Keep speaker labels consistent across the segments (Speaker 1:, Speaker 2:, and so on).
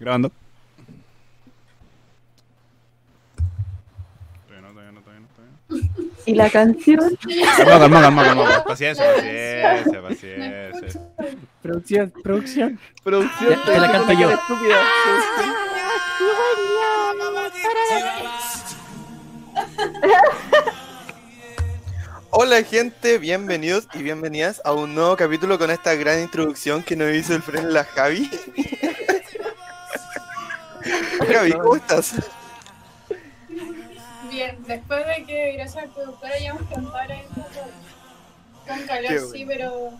Speaker 1: Grabando. Todavía no, todavía no, todavía no, todavía no.
Speaker 2: Y la canción.
Speaker 1: Calma, calma, calma, calma. Paciencia, paciencia, paciencia.
Speaker 3: Producción, producción.
Speaker 4: Producción.
Speaker 3: Ya, te la canto yo. Ah.
Speaker 4: Estúpida. Hola gente, bienvenidos y bienvenidas a un nuevo capítulo con esta gran introducción que nos hizo el friend la Javi. Javi, ¿cómo estás?
Speaker 5: Bien, después de que gracias al productor hayamos cantado ahora mismo con- con calor,
Speaker 4: Qué
Speaker 5: sí, pero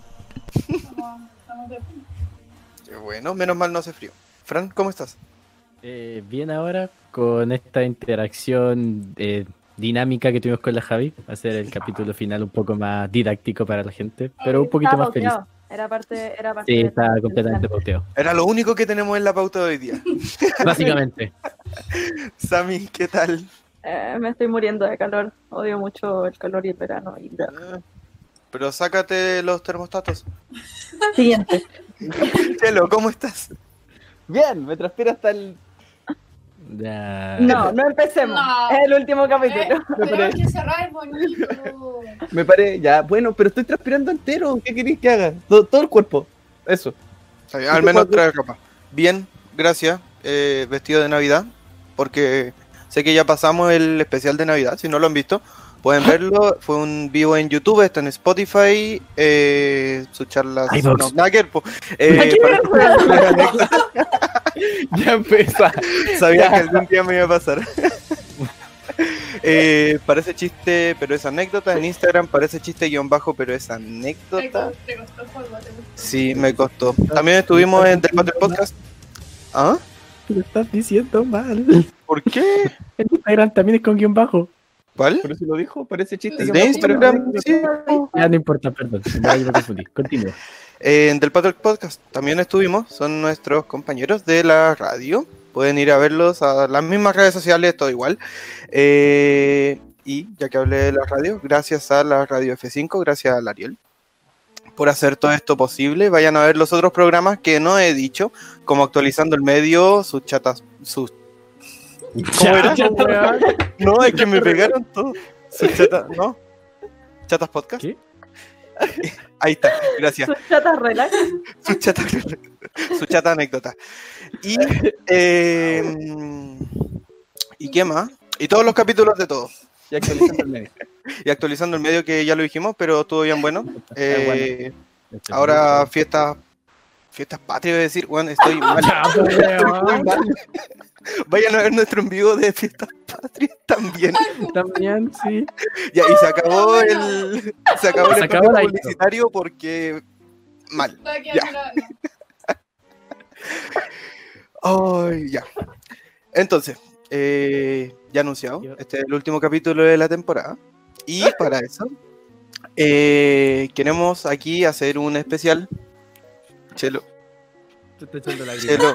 Speaker 5: como, estamos de
Speaker 4: Qué bueno, menos mal no hace frío. Fran, ¿cómo estás?
Speaker 3: Eh, bien ahora con esta interacción eh, dinámica que tuvimos con la Javi. Va a ser el capítulo final un poco más didáctico para la gente, pero un poquito
Speaker 2: Estaba
Speaker 3: más feliz.
Speaker 2: bloqueado. Era parte, era parte
Speaker 3: Sí,
Speaker 2: del-
Speaker 3: está
Speaker 2: del
Speaker 3: completamente
Speaker 2: plan.
Speaker 3: pauteo.
Speaker 4: Era lo único que tenemos en la pauta de hoy día.
Speaker 3: Básicamente.
Speaker 4: Sammy, ¿qué tal?
Speaker 2: Eh, me estoy muriendo de calor. Odio mucho el calor y el verano. Y...
Speaker 4: Pero sácate los termostatos.
Speaker 2: Siguiente.
Speaker 4: Chelo, ¿cómo estás?
Speaker 6: Bien, me transpira hasta el.
Speaker 3: Ya.
Speaker 2: No, no empecemos.
Speaker 5: No.
Speaker 2: Es el último capítulo.
Speaker 5: acuerdo. Tenemos que cerrar bonito.
Speaker 6: Me paré, ya, bueno, pero estoy transpirando entero. ¿Qué queréis que haga? Todo, todo el cuerpo. Eso.
Speaker 4: Está bien, Al menos trae ropa. Bien, gracias. eh, vestido de Navidad. Porque sé que ya pasamos el especial de Navidad. Si no lo han visto, pueden verlo. Fue un vivo en YouTube, está en Spotify. Eh, su charla.
Speaker 3: iVoox.
Speaker 4: no, nada que ver, po. Eh,
Speaker 2: Aquí viene
Speaker 4: para-
Speaker 2: el juego.
Speaker 6: Ya empieza.
Speaker 4: Sabía que algún día me iba a pasar. Eh, parece chiste, pero es anécdota. En Instagram parece chiste guión bajo, pero es
Speaker 5: Te
Speaker 4: anécdota.
Speaker 5: co- te costó polvo, te costó.
Speaker 4: Sí, me costó. También estuvimos en Del Patio Podcast. ¿Ah?
Speaker 3: Lo estás diciendo mal.
Speaker 4: ¿Por qué?
Speaker 3: El Instagram también es con guión bajo.
Speaker 4: ¿Cuál?
Speaker 6: Pero si lo dijo, parece chiste.
Speaker 4: El
Speaker 6: que
Speaker 4: de
Speaker 6: me-
Speaker 4: Instagram, sí.
Speaker 3: Ya no importa, perdón. Ya yo me confundí. Continúo.
Speaker 4: Eh, en Del Patrick Podcast también estuvimos, son nuestros compañeros de la radio. Pueden ir a verlos a las mismas redes sociales, todo igual. Eh, y ya que hablé de la radio, gracias a la radio F5, gracias a Ariel por hacer todo esto posible. Vayan a ver los otros programas que no he dicho, como actualizando el medio, sus chatas, sus ¿Cómo
Speaker 6: Ah,
Speaker 4: era? No, es que me pegaron todo. Sus chatas, ¿no? Chatas podcast.
Speaker 3: ¿Qué?
Speaker 4: Ahí está, gracias.
Speaker 2: Sus chatas relax.
Speaker 4: su chata, su chata anécdota. Y, eh, ¿Y qué más? Y todos los capítulos de todos.
Speaker 6: Ya actualizando el medio.
Speaker 4: Y actualizando el medio que ya lo dijimos, pero estuvo bien bueno.
Speaker 3: Ah,
Speaker 4: Eh, ahora fiestas fiestas patrias, voy a decir, bueno, estoy mal.
Speaker 3: Ya, pues, weón.
Speaker 4: Vayan a ver nuestro en vivo de fiestas patrias también.
Speaker 3: También, sí.
Speaker 4: Ya, y se acabó el, se acabó el
Speaker 3: Se acabó
Speaker 4: espacio
Speaker 3: la intro.
Speaker 4: publicitario porque mal.
Speaker 5: Estaba quedando la- no.
Speaker 4: Ay, ya. Entonces, eh, ya anunciado, este es el último capítulo de la temporada. Y para eso, eh, queremos aquí hacer un especial. Chelo,
Speaker 3: Te está echando lágrimas.
Speaker 4: chelo.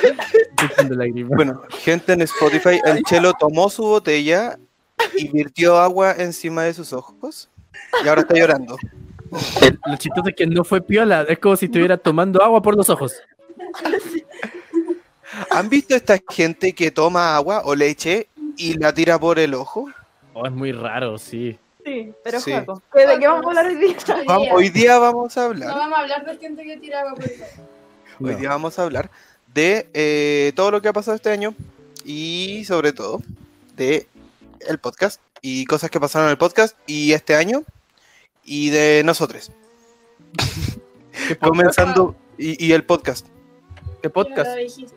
Speaker 3: Te está echando lágrimas.
Speaker 4: Bueno, gente en Spotify, el chelo tomó su botella y virtió agua encima de sus ojos. Y ahora está llorando.
Speaker 3: Lo chistoso es que no fue piola. Es como si estuviera tomando agua por los ojos.
Speaker 4: ¿Han visto esta gente que toma agua o leche y la tira por el ojo?
Speaker 3: Oh, es muy raro, sí.
Speaker 2: Sí, pero
Speaker 4: Sí.
Speaker 2: juego. ¿Qué- ¿De qué vamos a hablar hoy día?
Speaker 5: Hoy
Speaker 4: Vamos-
Speaker 5: día
Speaker 4: hoy día vamos a
Speaker 5: No
Speaker 4: hablar.
Speaker 5: vamos a hablar de gente que tiraba por el
Speaker 4: Hoy
Speaker 3: No.
Speaker 4: día vamos a hablar de eh, todo lo que ha pasado este año y sobre todo de el podcast y cosas que pasaron en el podcast y este año y de nosotros. Comenzando y, y el podcast,
Speaker 6: ¿Qué
Speaker 5: Lo
Speaker 6: podcast?
Speaker 5: dijiste.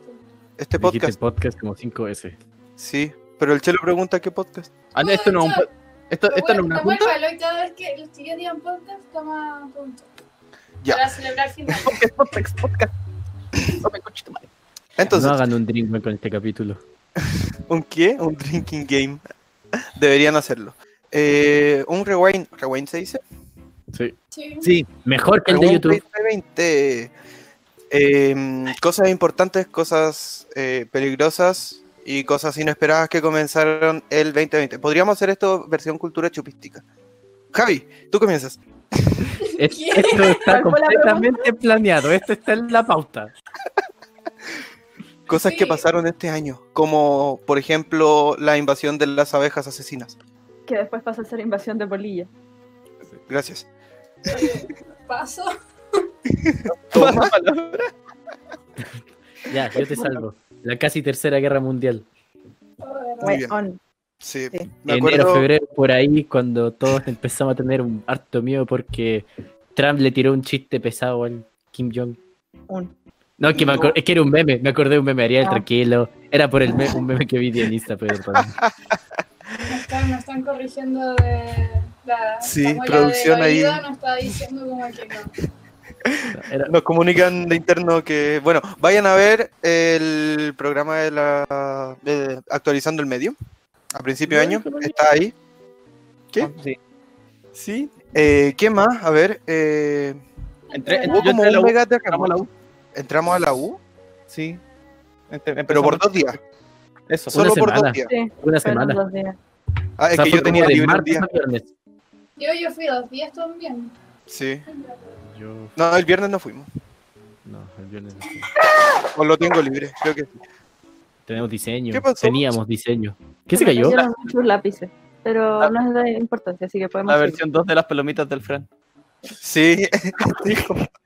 Speaker 4: este
Speaker 3: Dijiste
Speaker 4: podcast,
Speaker 3: podcast como 5 S.
Speaker 4: sí. Pero el chelo pregunta qué podcast.
Speaker 6: Ah, no, esto no es un. po- Esto, esto no es una
Speaker 5: Toma el
Speaker 6: junta.
Speaker 5: palo y cada vez que los chicos digan podcast, toma punto.
Speaker 4: Ya.
Speaker 5: Para celebrar final.
Speaker 6: Podcast, podcast, podcast. Oh, me conchito madre.
Speaker 4: Entonces,
Speaker 3: no hagan un drink con este capítulo.
Speaker 4: ¿un qué? Un drinking game. Deberían hacerlo. Eh, un rewind, rewind se dice.
Speaker 3: Sí.
Speaker 5: Sí.
Speaker 3: Sí, mejor que el de
Speaker 4: Según
Speaker 3: YouTube.
Speaker 4: 2020, eh, cosas importantes, cosas eh, peligrosas y cosas inesperadas que comenzaron el 2020. Podríamos hacer esto versión cultura chupística. Javi, tú comienzas.
Speaker 3: Es- esto está
Speaker 2: ¿Cuál fue la
Speaker 3: completamente planeado. Esto está en la pauta.
Speaker 4: Cosas que
Speaker 5: Sí.
Speaker 4: pasaron este año, como por ejemplo la invasión de las abejas asesinas.
Speaker 2: Que después pasa a ser invasión de polilla.
Speaker 4: Gracias.
Speaker 5: Paso.
Speaker 4: Toma.
Speaker 3: Ya, yo te salvo. La casi tercera guerra mundial.
Speaker 4: Muy bien.
Speaker 2: Weón.
Speaker 4: Sí,
Speaker 2: Sí.
Speaker 4: me
Speaker 3: Enero,
Speaker 4: acuerdo.
Speaker 3: febrero, por ahí, cuando todos empezamos a tener un harto miedo porque Trump le tiró un chiste pesado al Kim Jong.
Speaker 2: Un.
Speaker 3: No, que me acor- es que era un meme, me acordé de un meme, Ariel,
Speaker 2: Ah.
Speaker 3: tranquilo. Era por el meme, un meme que vi en Insta, pero perdón.
Speaker 5: Me están, me están corrigiendo de. La,
Speaker 4: Sí,
Speaker 5: la bola
Speaker 4: producción
Speaker 5: de
Speaker 4: ahí.
Speaker 5: Navidad Nos está diciendo como que no.
Speaker 3: Era-
Speaker 4: Nos comunican de interno que, bueno, vayan a ver el programa de la de Actualizando el Medio a principio de año. Está ahí. ¿Qué?
Speaker 6: Sí.
Speaker 4: Sí. Eh, ¿Qué más? A ver, eh,
Speaker 6: Entré,
Speaker 4: hubo
Speaker 6: yo
Speaker 4: como
Speaker 6: entré a la
Speaker 4: un
Speaker 6: U,
Speaker 4: mega
Speaker 6: entramos a la
Speaker 4: terremoto.
Speaker 6: U.
Speaker 4: Entramos a la U,
Speaker 6: Sí. Entre-
Speaker 4: pero por
Speaker 6: empezamos-
Speaker 4: dos días.
Speaker 6: Eso.
Speaker 3: Una
Speaker 4: Solo por
Speaker 3: semana.
Speaker 4: dos días.
Speaker 2: Sí,
Speaker 3: Una
Speaker 2: fueron
Speaker 3: semana.
Speaker 2: dos días.
Speaker 4: Ah,
Speaker 3: O
Speaker 4: es
Speaker 3: sea,
Speaker 4: que
Speaker 3: fue
Speaker 4: yo
Speaker 3: como
Speaker 4: tenía
Speaker 3: de
Speaker 4: libre un
Speaker 3: martes
Speaker 4: día.
Speaker 3: a viernes.
Speaker 5: Yo, yo fui dos días también.
Speaker 4: Sí.
Speaker 3: Yo,
Speaker 4: No, el viernes no fuimos.
Speaker 3: no, el viernes no.
Speaker 4: O lo tengo libre, creo que sí.
Speaker 3: Tenemos diseño.
Speaker 4: ¿Qué pasó?
Speaker 3: Teníamos diseño. ¿Qué se
Speaker 2: Me
Speaker 3: cayó?
Speaker 2: cayeron muchos lápices, pero
Speaker 6: Ah.
Speaker 2: no es de importancia, así que podemos
Speaker 6: La
Speaker 2: seguir.
Speaker 6: versión 2 de las palomitas del Fran.
Speaker 4: Sí,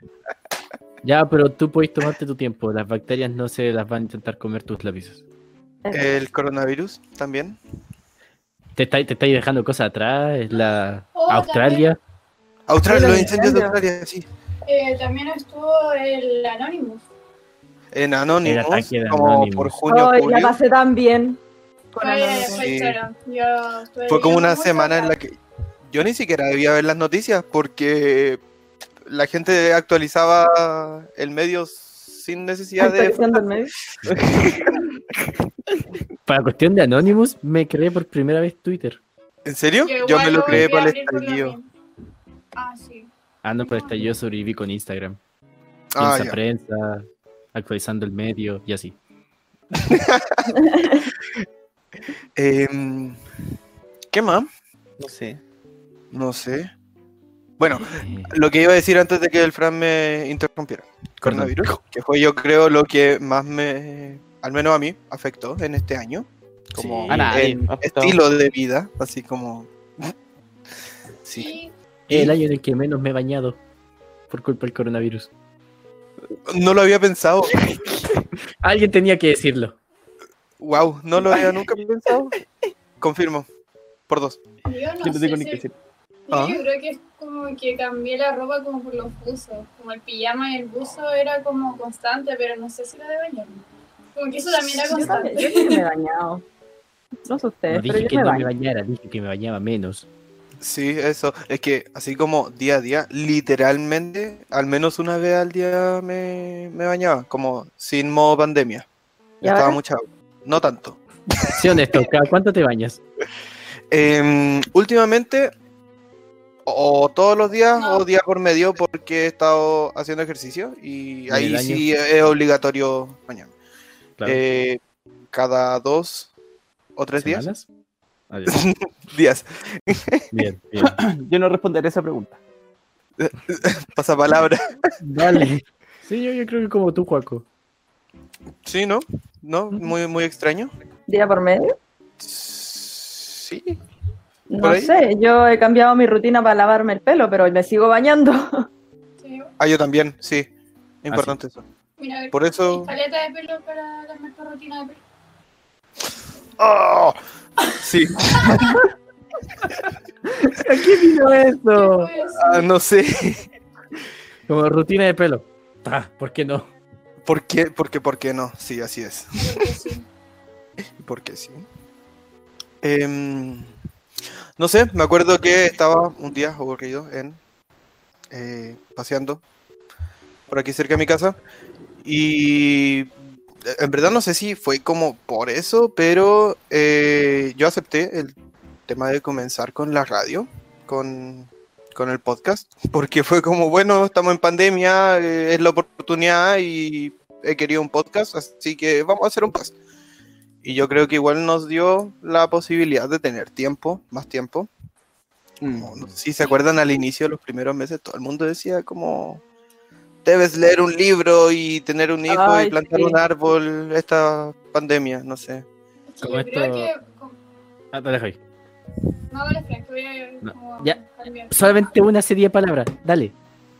Speaker 3: Ya, pero tú puedes tomarte tu tiempo. Las bacterias no se las van a intentar comer tus lápices.
Speaker 4: el coronavirus también.
Speaker 3: Te estáis te estáis dejando cosas atrás. Es la
Speaker 5: Oh,
Speaker 3: Australia.
Speaker 4: Australia,
Speaker 2: Pero
Speaker 4: los
Speaker 2: en
Speaker 4: incendios de
Speaker 2: Australia.
Speaker 4: Australia, sí.
Speaker 5: Eh, también estuvo el Anonymous.
Speaker 4: En Anonymous,
Speaker 3: ataque de
Speaker 4: como
Speaker 3: Anonymous.
Speaker 4: por junio,
Speaker 2: Ay, la
Speaker 4: julio.
Speaker 2: pasé tan bien. Con
Speaker 5: Fue,
Speaker 2: Anonymous.
Speaker 5: fue
Speaker 4: Sí.
Speaker 5: choro. Yo estuve
Speaker 4: Fue como
Speaker 5: viendo
Speaker 4: una
Speaker 5: mucho
Speaker 4: semana en la que yo ni siquiera debía ver las noticias porque la gente actualizaba el medio sin necesidad de...
Speaker 2: Actualizando el medio.
Speaker 3: Para cuestión de Anonymous, me creé por primera vez Twitter.
Speaker 4: ¿En serio?
Speaker 5: que
Speaker 4: Yo
Speaker 5: igual
Speaker 4: me lo creé
Speaker 5: volví
Speaker 4: para
Speaker 5: a
Speaker 4: el
Speaker 5: abrir por la
Speaker 4: estallido.
Speaker 5: misma. Ah, sí.
Speaker 3: Ah, no, pero hasta yo sobreviví con Instagram.
Speaker 4: Ah,
Speaker 3: Piensa
Speaker 4: ya.
Speaker 3: prensa, actualizando el medio y así.
Speaker 4: Em, ¿Qué más?
Speaker 6: No sé.
Speaker 4: No sé. Bueno,
Speaker 3: Eh,
Speaker 4: lo que iba a decir antes de que el Fran me interrumpiera. Coronavirus, que fue yo creo lo que más me, al menos a mí, afectó en este año. Como
Speaker 3: Sí.
Speaker 6: A nadie,
Speaker 4: en
Speaker 6: me afectó.
Speaker 4: estilo de vida, así como... Sí.
Speaker 5: Sí.
Speaker 4: eh.
Speaker 3: el año en el que menos me he bañado por culpa del coronavirus.
Speaker 4: No lo había pensado.
Speaker 3: Alguien tenía que decirlo.
Speaker 4: Wow, no lo había nunca pensado. Confirmo. Por dos.
Speaker 5: Yo no
Speaker 6: Yo no tengo
Speaker 5: sé
Speaker 6: ni
Speaker 5: si-
Speaker 6: que decir.
Speaker 4: Ah.
Speaker 5: Yo creo que es como que cambié la ropa como por los buzos. Como el pijama y el buzo era como constante, pero no sé si la de bañar. Como que eso también era
Speaker 2: Yo también,
Speaker 5: constante.
Speaker 2: yo también me he bañado. No sé ustedes,
Speaker 3: No
Speaker 2: pero
Speaker 3: dije
Speaker 2: yo
Speaker 3: que
Speaker 2: me
Speaker 3: no me
Speaker 2: baño.
Speaker 3: bañara, dije que me bañaba menos.
Speaker 4: Sí, eso. Es que así como día a día, literalmente, al menos una vez al día me, me bañaba, como sin modo pandemia.
Speaker 2: ¿Y
Speaker 4: Estaba
Speaker 2: ahora?
Speaker 4: mucha agua. No tanto.
Speaker 3: Sé honesto, ¿cada cuánto te bañas?
Speaker 4: Em, últimamente, o todos los días
Speaker 5: No.
Speaker 4: o día por medio, porque he estado haciendo ejercicio y
Speaker 3: ¿Y
Speaker 4: ahí
Speaker 3: el año?
Speaker 4: sí es obligatorio mañana.
Speaker 3: Claro,
Speaker 4: Eh, cada dos o tres días.
Speaker 3: ¿semanas? Ah, ya.
Speaker 4: Días.
Speaker 3: Bien, bien.
Speaker 6: Yo no responderé esa pregunta.
Speaker 4: Pasa palabra.
Speaker 3: Vale. Sí, yo, yo creo que como tú, Juaco.
Speaker 4: Sí, ¿no? ¿No? Muy, muy extraño.
Speaker 2: ¿Día por medio?
Speaker 4: Sí.
Speaker 2: No
Speaker 4: ¿Por ahí?
Speaker 2: sé, yo he cambiado mi rutina para lavarme el pelo, pero me sigo bañando.
Speaker 5: Sí.
Speaker 4: Ah, yo también, sí. Importante eso.
Speaker 5: Mira, a ver,
Speaker 4: Por eso.
Speaker 5: paleta de pelo para la mejor rutina de pelo.
Speaker 4: ¡Oh! Sí,
Speaker 3: ¿Qué vino eso?
Speaker 5: Pues,
Speaker 4: ah, no sé.
Speaker 3: Como rutina de pelo. Ah, ¿Por qué no?
Speaker 4: ¿Por qué? ¿Por qué? ¿Por qué no? Sí, así es.
Speaker 5: creo que sí.
Speaker 4: ¿Por qué sí? Em, no sé, me acuerdo que estaba un día aburrido en. eh, paseando por aquí cerca de mi casa. Y. eh, En verdad no sé si fue como por eso, pero eh, yo acepté el tema de comenzar con la radio, con, con el podcast, porque fue como, bueno, estamos en pandemia, eh, es la oportunidad y he querido un podcast, así que vamos a hacer un podcast. Y yo creo que igual nos dio la posibilidad de tener tiempo, más tiempo.
Speaker 6: Mm.
Speaker 4: Como, no sé si se acuerdan al inicio de los primeros meses, todo el mundo decía como, Debes leer un libro y tener un hijo
Speaker 2: Ay,
Speaker 4: y plantar
Speaker 2: sí.
Speaker 4: un árbol esta pandemia, no sé.
Speaker 5: Es que
Speaker 3: Como
Speaker 5: yo creo que.
Speaker 3: esto- Ah, dale, Javi.
Speaker 5: No, dale, Frank, voy a
Speaker 3: No,
Speaker 5: como
Speaker 3: ya,
Speaker 5: cambiar.
Speaker 3: Solamente una serie de palabras. Dale.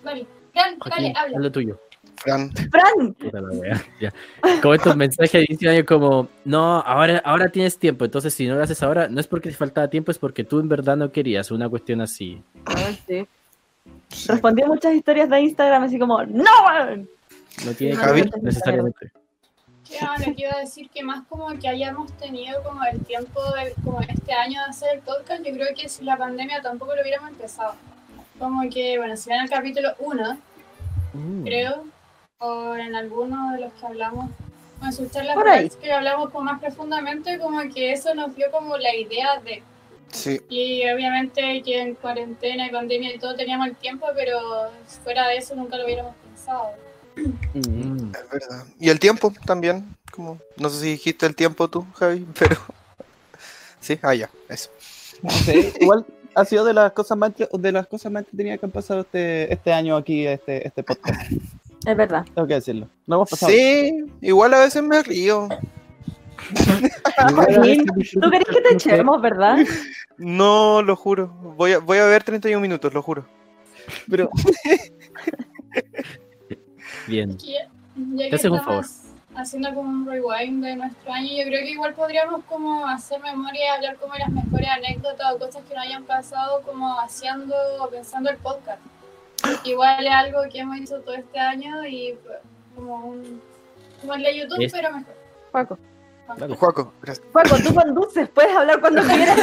Speaker 5: Dale, Fran, dale,
Speaker 3: Joaquín,
Speaker 5: habla.
Speaker 3: haz lo tuyo.
Speaker 4: Fran,
Speaker 2: Fran,
Speaker 3: Puta la wea, ya. Como estos mensajes de inicio de año como, no, ahora, ahora tienes tiempo, entonces si no lo haces ahora, no es porque te faltaba tiempo, es porque tú en verdad no querías, una cuestión así.
Speaker 2: Ay, sí. respondí a muchas historias de Instagram así como no. weón".
Speaker 3: No tiene
Speaker 4: Javi.
Speaker 3: que ver necesariamente.
Speaker 5: Que ahora quiero decir que más como que hayamos tenido como el tiempo de como este año de hacer el podcast, yo creo que sin la pandemia tampoco lo hubiéramos empezado. Como que, bueno, si ven el capítulo 1,
Speaker 3: Mm.
Speaker 5: creo, o en alguno de los que hablamos, o en sus charlas
Speaker 2: Por ahí.
Speaker 5: que hablamos como más profundamente, como que eso nos dio como la idea de
Speaker 4: sí,
Speaker 5: Y obviamente que en cuarentena y pandemia y todo teníamos el tiempo, pero fuera de eso nunca lo hubiéramos pensado.
Speaker 3: Mm.
Speaker 4: es verdad. Y el tiempo también, como, no sé si dijiste el tiempo tú, Javi, pero... Sí, ah, ya, eso.
Speaker 6: No sé, igual ha sido de las cosas más entre- de las cosas más entretenidas que han pasado este, este año aquí, este, este podcast.
Speaker 2: Es verdad.
Speaker 6: Tengo que decirlo. No hemos pasado.
Speaker 4: Sí, igual a veces me río.
Speaker 2: Joaquín, ¿Tú querés que te echemos, verdad?
Speaker 4: No, lo juro. Voy a, voy a ver 31 minutos, lo juro.
Speaker 6: Pero
Speaker 3: Bien.
Speaker 5: Y ya- ya
Speaker 3: Mm. Te
Speaker 5: que
Speaker 3: haces un
Speaker 5: estamos haciendo como un rewind de nuestro año, yo creo que igual podríamos como hacer memoria, hablar como de las mejores anécdotas o cosas que nos hayan pasado como haciendo o pensando el podcast. Igual es algo que hemos hecho todo este año y como un... Como el de YouTube,
Speaker 3: Es-
Speaker 5: pero mejor.
Speaker 2: Paco.
Speaker 3: Dale.
Speaker 4: Juaco, gracias.
Speaker 2: Paco, tú conduces, puedes hablar cuando quieras.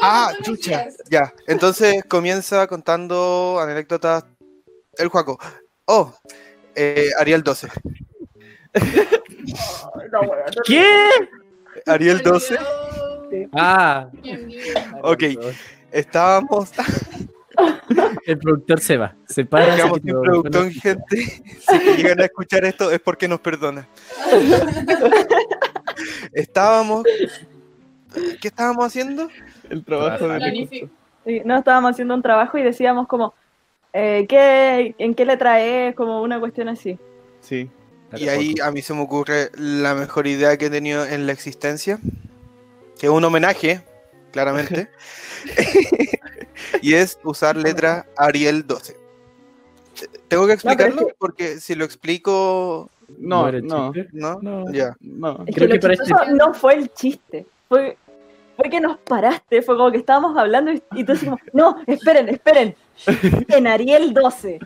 Speaker 4: Ah,
Speaker 5: Tú me
Speaker 4: chucha.
Speaker 5: decías.
Speaker 4: Ya. Entonces comienza contando anécdotas. El Juaco. Oh, eh, Ariel 12.
Speaker 3: ¿Qué?
Speaker 4: Ariel 12.
Speaker 5: Olvidó.
Speaker 3: Ah,
Speaker 5: Bien, bien.
Speaker 4: Ok, estábamos.
Speaker 3: el productor se va. Se para.
Speaker 4: Quedamos
Speaker 3: así que
Speaker 4: sin
Speaker 3: no-
Speaker 4: productor,
Speaker 3: no-
Speaker 4: gente. Si llegan a escuchar esto es porque nos perdona. Estábamos. ¿Qué estábamos haciendo?
Speaker 6: el trabajo de
Speaker 5: Planific-
Speaker 2: Sí, no, estábamos haciendo un trabajo y decíamos como, eh, ¿qué, ¿en qué le traes? Como una cuestión así.
Speaker 6: Sí.
Speaker 3: Dale,
Speaker 4: Y ahí a mí se me ocurre la mejor idea que he tenido en la existencia, que es un homenaje, claramente, y es usar letra Ariel 12. ¿Tengo que
Speaker 2: pero es
Speaker 4: explicarlo? Porque si lo explico,
Speaker 6: No,
Speaker 3: ¿Muere el
Speaker 6: no,
Speaker 3: chiste?
Speaker 4: ¿no?
Speaker 6: No.
Speaker 4: Ya.
Speaker 6: no.
Speaker 2: Es
Speaker 3: Creo
Speaker 2: que,
Speaker 3: que
Speaker 2: lo
Speaker 3: para este-
Speaker 2: chistoso no fue el chiste, fue, fue que nos paraste, fue como que estábamos hablando y, y tú así como, no, esperen, esperen, en Ariel 12.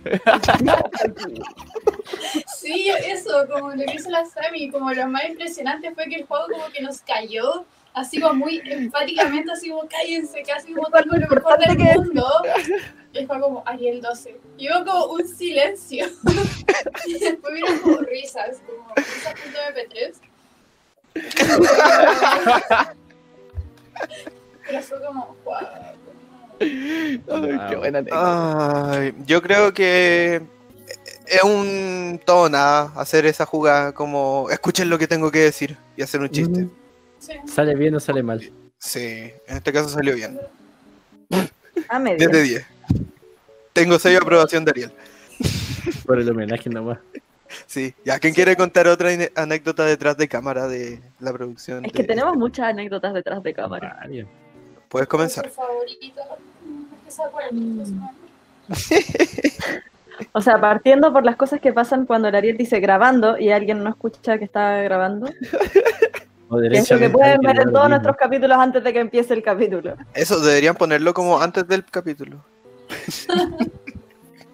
Speaker 5: Sí, eso, como lo que hizo la Sami, como lo más impresionante fue que el juego como que nos cayó, así como muy enfáticamente, así como cállense, casi como
Speaker 2: Lo
Speaker 5: tengo lo mejor
Speaker 2: importante
Speaker 5: del
Speaker 2: que es".
Speaker 5: mundo. Y fue como Ariel 12. Y hubo como un silencio. Y después vieron como risas, como risas punto MP3. Pero fue como, wow.
Speaker 6: Ay, qué Ah. buena anécdota.
Speaker 4: Ay, yo creo que es un todo o nada hacer esa jugada como escuchen lo que tengo que decir y hacer un chiste.
Speaker 3: Mm,
Speaker 5: Sí.
Speaker 3: ¿Sale bien o sale mal?
Speaker 4: Sí, en este caso salió bien.
Speaker 2: A media.
Speaker 4: 10 de 10. Tengo 6 de aprobación de Ariel.
Speaker 3: Por el homenaje nomás.
Speaker 4: Sí, ya quien quiere contar otra ine- anécdota detrás de cámara de la producción.
Speaker 2: Es que
Speaker 4: de-
Speaker 2: tenemos muchas anécdotas detrás de cámara.
Speaker 3: Varias.
Speaker 4: Puedes comenzar.
Speaker 5: Su favorito. Empezar por el que es una-
Speaker 2: O sea, partiendo por las cosas que pasan cuando el Ariel dice grabando y alguien no escucha que está grabando.
Speaker 3: O
Speaker 2: Que es lo que
Speaker 3: derechamente
Speaker 2: pueden
Speaker 3: que
Speaker 2: ver
Speaker 3: no
Speaker 2: en
Speaker 3: lo
Speaker 2: todos
Speaker 3: mismo.
Speaker 2: nuestros capítulos antes de que empiece el capítulo.
Speaker 4: Eso deberían ponerlo como antes del capítulo.